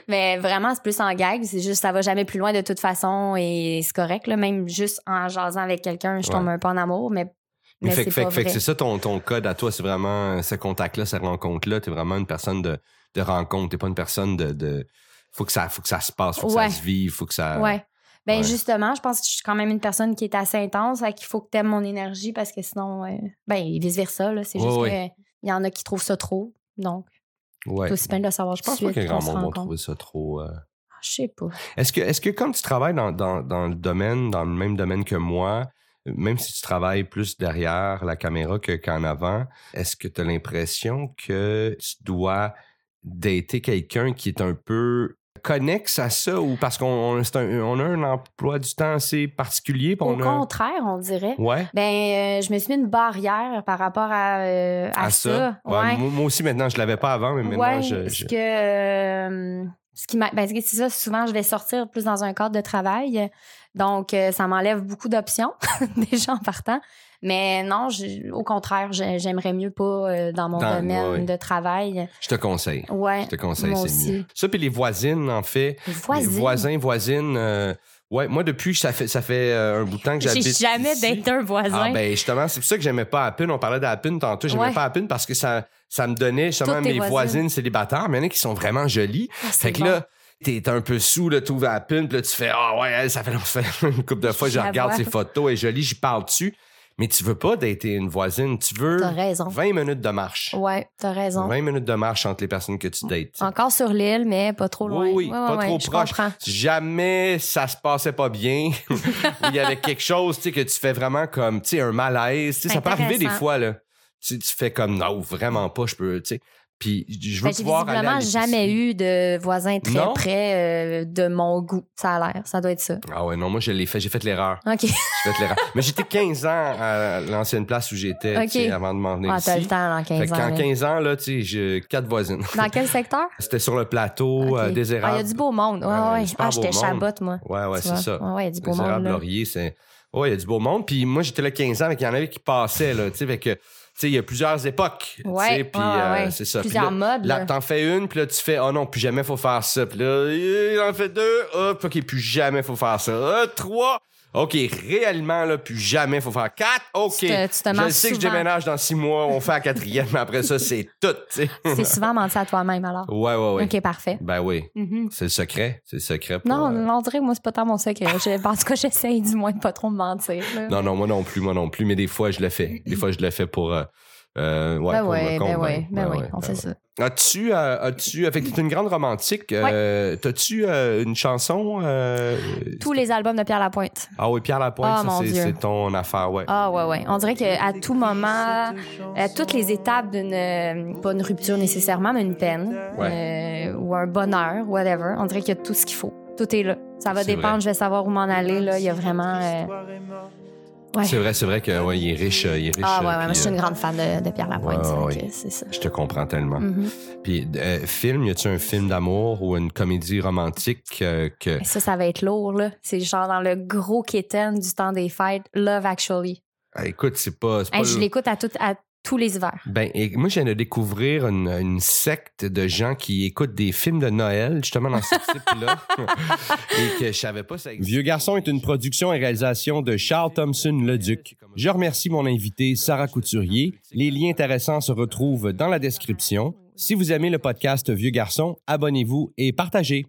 [SPEAKER 1] Mais vraiment, c'est plus en gag. C'est juste, ça va jamais plus loin de toute façon et c'est correct. Là. Même juste en jasant avec quelqu'un, je
[SPEAKER 2] Ouais.
[SPEAKER 1] tombe un peu en amour, mais, mais
[SPEAKER 2] fait,
[SPEAKER 1] c'est
[SPEAKER 2] que- fait,
[SPEAKER 1] pas
[SPEAKER 2] que- fait que
[SPEAKER 1] vrai.
[SPEAKER 2] c'est ça ton, ton code à toi, c'est vraiment ce contact-là, cette rencontre-là. T'es vraiment une personne de, de rencontre, t'es pas une personne de. de... Faut, que ça, faut que ça se passe, faut que
[SPEAKER 1] Ouais.
[SPEAKER 2] ça se vive, faut que ça.
[SPEAKER 1] Ouais. Ben
[SPEAKER 2] ouais.
[SPEAKER 1] justement, je pense que je suis quand même une personne qui est assez intense, fait qu'il faut que t'aimes mon énergie parce que sinon, euh, ben vice versa. là. C'est
[SPEAKER 2] Ouais,
[SPEAKER 1] juste
[SPEAKER 2] ouais.
[SPEAKER 1] qu'il y en a qui trouvent ça trop. Donc,
[SPEAKER 2] Ouais.
[SPEAKER 1] c'est aussi bien de le savoir.
[SPEAKER 2] Je pense
[SPEAKER 1] tout
[SPEAKER 2] pas
[SPEAKER 1] de
[SPEAKER 2] que
[SPEAKER 1] suite
[SPEAKER 2] grand
[SPEAKER 1] qu'on se
[SPEAKER 2] monde va
[SPEAKER 1] rencontre.
[SPEAKER 2] trouver ça trop. euh,
[SPEAKER 1] Ah, Je sais pas.
[SPEAKER 2] Est-ce que, est-ce que comme tu travailles dans, dans- dans le domaine, dans le même domaine que moi, euh, même si tu travailles plus derrière la caméra que, qu'en avant, est-ce que tu as l'impression que tu dois dater quelqu'un qui est un peu connexe à ça ou parce qu'on on- c'est un- on a un emploi du temps assez particulier? puis
[SPEAKER 1] Au
[SPEAKER 2] on a-
[SPEAKER 1] contraire, on dirait.
[SPEAKER 2] Oh, Ouais.
[SPEAKER 1] Ben, euh, je me suis mis une barrière par rapport à, euh, à, ça.
[SPEAKER 2] Ouais, moi, moi aussi, maintenant, je l'avais pas avant, mais maintenant,
[SPEAKER 1] Ouais,
[SPEAKER 2] je.
[SPEAKER 1] ce
[SPEAKER 2] je-
[SPEAKER 1] que euh, ce qui m'a- ben, c'est que c'est ça souvent je vais sortir plus dans un cadre de travail donc euh, ça m'enlève beaucoup d'options [LAUGHS] déjà en partant mais non j'ai- au contraire j'ai- j'aimerais mieux pas euh, dans mon
[SPEAKER 2] Dans-
[SPEAKER 1] domaine
[SPEAKER 2] ouais, ouais.
[SPEAKER 1] de travail
[SPEAKER 2] je te conseille.
[SPEAKER 1] ouais
[SPEAKER 2] Je te conseille,
[SPEAKER 1] Moi
[SPEAKER 2] c'est
[SPEAKER 1] aussi.
[SPEAKER 2] mieux. Ça, puis les voisines, en fait.
[SPEAKER 1] voisine
[SPEAKER 2] Les voisins, voisines. euh, ouais, moi, depuis, ça fait, ça fait euh, un bout de temps que
[SPEAKER 1] j'ai
[SPEAKER 2] j'habite.
[SPEAKER 1] jamais
[SPEAKER 2] ici.
[SPEAKER 1] d'être un voisin
[SPEAKER 2] Ah, ben, justement, c'est pour ça que j'aimais pas Appin. On parlait d'Appin tantôt. J'aimais
[SPEAKER 1] Ouais.
[SPEAKER 2] pas Appin parce que ça, ça me donnait justement
[SPEAKER 1] Toutes tes
[SPEAKER 2] mes voisines.
[SPEAKER 1] voisines.
[SPEAKER 2] célibataires, mais il y en a qui sont vraiment jolies.
[SPEAKER 1] Ah, c'est
[SPEAKER 2] Fait que
[SPEAKER 1] bon.
[SPEAKER 2] là, t'es un peu sous, là, t'ouvres Appin, puis là, tu fais Ah ouais, elle, ça fait, [LAUGHS] ça fait une couple de fois, je
[SPEAKER 1] Je la
[SPEAKER 2] regarde
[SPEAKER 1] vois.
[SPEAKER 2] ses photos, elle est jolie, j'y parle dessus. Mais tu veux pas dater une voisine, tu veux
[SPEAKER 1] t'as raison
[SPEAKER 2] 20 minutes de marche.
[SPEAKER 1] ouais t'as raison
[SPEAKER 2] 20 minutes de marche entre les personnes que tu dates.
[SPEAKER 1] encore sur l'île mais pas trop loin
[SPEAKER 2] Oui, oui,
[SPEAKER 1] Ouais,
[SPEAKER 2] pas
[SPEAKER 1] ouais, ouais,
[SPEAKER 2] trop
[SPEAKER 1] je
[SPEAKER 2] proche.
[SPEAKER 1] comprends.
[SPEAKER 2] Si jamais ça se passait pas bien, [LAUGHS] ou il y avait quelque chose, tu sais, que tu fais vraiment comme, tu sais, un malaise, tu sais, ça peut arriver des
[SPEAKER 1] Intéressant.
[SPEAKER 2] fois, là. Tu, tu fais comme, non, vraiment pas, je peux, tu sais. Puis je veux
[SPEAKER 1] Ben, J'ai
[SPEAKER 2] pouvoir aller à
[SPEAKER 1] visiblement
[SPEAKER 2] l'épicerie.
[SPEAKER 1] jamais eu de voisin très
[SPEAKER 2] Non?
[SPEAKER 1] près euh, de mon goût. Ça a l'air, ça doit être ça.
[SPEAKER 2] Ah ouais, non, moi, je l'ai fait, j'ai fait l'erreur.
[SPEAKER 1] OK.
[SPEAKER 2] J'ai fait l'erreur. Mais j'étais 15 ans à l'ancienne place où j'étais, tu
[SPEAKER 1] Ok.
[SPEAKER 2] sais, avant de m'en venir
[SPEAKER 1] Ah,
[SPEAKER 2] ici.
[SPEAKER 1] t'as le temps dans
[SPEAKER 2] Fait
[SPEAKER 1] 15 ans.
[SPEAKER 2] qu'en
[SPEAKER 1] là.
[SPEAKER 2] 15 ans, là, tu sais, j'ai quatre voisines.
[SPEAKER 1] Dans quel secteur?
[SPEAKER 2] [LAUGHS] C'était sur le plateau,
[SPEAKER 1] OK.
[SPEAKER 2] euh, des
[SPEAKER 1] Ah, il y a
[SPEAKER 2] érables.
[SPEAKER 1] du beau monde. Ouais,
[SPEAKER 2] Ouais,
[SPEAKER 1] ouais.
[SPEAKER 2] super
[SPEAKER 1] Ah,
[SPEAKER 2] beau
[SPEAKER 1] j'étais
[SPEAKER 2] monde.
[SPEAKER 1] chabotte, moi.
[SPEAKER 2] ouais, ouais,
[SPEAKER 1] tu
[SPEAKER 2] c'est
[SPEAKER 1] vois.
[SPEAKER 2] ça.
[SPEAKER 1] Ouais, ouais, il y a du beau
[SPEAKER 2] Les
[SPEAKER 1] monde.
[SPEAKER 2] érables
[SPEAKER 1] là.
[SPEAKER 2] lauriers, c'est. Ouais, il y a du beau monde. Puis moi, j'étais là 15 ans, mais il y en avait qui passaient, là. Tu sais, fait que, tu sais, il y a plusieurs époques. tu sais,
[SPEAKER 1] Ouais,
[SPEAKER 2] puis
[SPEAKER 1] ouais,
[SPEAKER 2] euh,
[SPEAKER 1] ouais.
[SPEAKER 2] c'est ça. Puis
[SPEAKER 1] Plusieurs
[SPEAKER 2] là,
[SPEAKER 1] modes.
[SPEAKER 2] là,
[SPEAKER 1] là.
[SPEAKER 2] t'en fais une, puis là, tu fais, oh non, plus jamais, faut faire ça. Puis là, il en fait deux, hop, OK, plus jamais, faut faire ça. Ah, trois, OK, réellement, là, plus jamais, faut faire quatre, OK.
[SPEAKER 1] Tu te- tu te
[SPEAKER 2] je
[SPEAKER 1] mens
[SPEAKER 2] le sais que je
[SPEAKER 1] souvent.
[SPEAKER 2] déménage dans six mois, on fait la quatrième, mais après ça, c'est tout, tu
[SPEAKER 1] [LAUGHS]
[SPEAKER 2] sais.
[SPEAKER 1] C'est souvent menti à toi-même, alors.
[SPEAKER 2] Ouais, ouais, ouais.
[SPEAKER 1] OK, parfait.
[SPEAKER 2] Ben oui,
[SPEAKER 1] Mhm.
[SPEAKER 2] c'est le secret. C'est le secret. pour,
[SPEAKER 1] Non,
[SPEAKER 2] euh,
[SPEAKER 1] on dirait que moi, c'est pas tant mon secret. Je- En tout cas, j'essaye du moins de pas trop me mentir. là.
[SPEAKER 2] Non, non, moi non plus, moi non plus, mais des fois, je le fais. Des fois, je le fais pour. Euh, euh, ouais,
[SPEAKER 1] Ben
[SPEAKER 2] pour
[SPEAKER 1] ouais,
[SPEAKER 2] me
[SPEAKER 1] ben
[SPEAKER 2] convaincre.
[SPEAKER 1] ouais, ben ouais, on
[SPEAKER 2] ben
[SPEAKER 1] fait
[SPEAKER 2] ouais.
[SPEAKER 1] ça.
[SPEAKER 2] As-tu, euh, as-tu, euh, fait que t'es une grande romantique. euh, T'as-tu euh, une chanson euh,
[SPEAKER 1] Tous les albums de Pierre Lapointe.
[SPEAKER 2] Ah oui, Pierre Lapointe,
[SPEAKER 1] Ah,
[SPEAKER 2] ça,
[SPEAKER 1] mon
[SPEAKER 2] c'est,
[SPEAKER 1] Dieu.
[SPEAKER 2] c'est ton affaire, ouais.
[SPEAKER 1] Ah ouais ouais, on dirait que à tout moment, à toutes les étapes d'une euh, pas une rupture nécessairement, mais une peine euh, ou un bonheur, whatever, on dirait qu'il y a tout ce qu'il faut. Tout est là. Ça va
[SPEAKER 2] C'est
[SPEAKER 1] dépendre,
[SPEAKER 2] vrai.
[SPEAKER 1] je vais savoir où m'en aller là, il y a vraiment euh, ouais.
[SPEAKER 2] C'est vrai, c'est vrai que ouais, il est riche, euh, il est riche.
[SPEAKER 1] Ah ouais ouais,
[SPEAKER 2] euh,
[SPEAKER 1] moi, je
[SPEAKER 2] puis,
[SPEAKER 1] suis une
[SPEAKER 2] euh,
[SPEAKER 1] grande fan de, de Pierre Lapointe,
[SPEAKER 2] Ouais,
[SPEAKER 1] ça,
[SPEAKER 2] ouais.
[SPEAKER 1] donc, euh, c'est ça.
[SPEAKER 2] je te comprends tellement.
[SPEAKER 1] Mhm.
[SPEAKER 2] Puis, euh, film, y a-tu un film d'amour ou une comédie romantique euh, que.
[SPEAKER 1] Et Ça ça va être lourd là, c'est genre dans le gros quétaine du temps des fêtes, Love Actually.
[SPEAKER 2] Ah, écoute, c'est pas. c'est pas
[SPEAKER 1] Hey, je l'écoute à tout à tous les hivers.
[SPEAKER 2] Ben, et moi, je viens de découvrir une, une secte de gens qui écoutent des films de Noël, justement dans ce
[SPEAKER 3] [LAUGHS]
[SPEAKER 2] type-là, et que je savais pas ça existait.
[SPEAKER 3] Vieux garçon est une production et réalisation de Charles Thompson Leduc. Je remercie mon invité Sarah Couturier. Les liens intéressants se retrouvent dans la description. Si vous aimez le podcast Vieux garçon, abonnez-vous et partagez.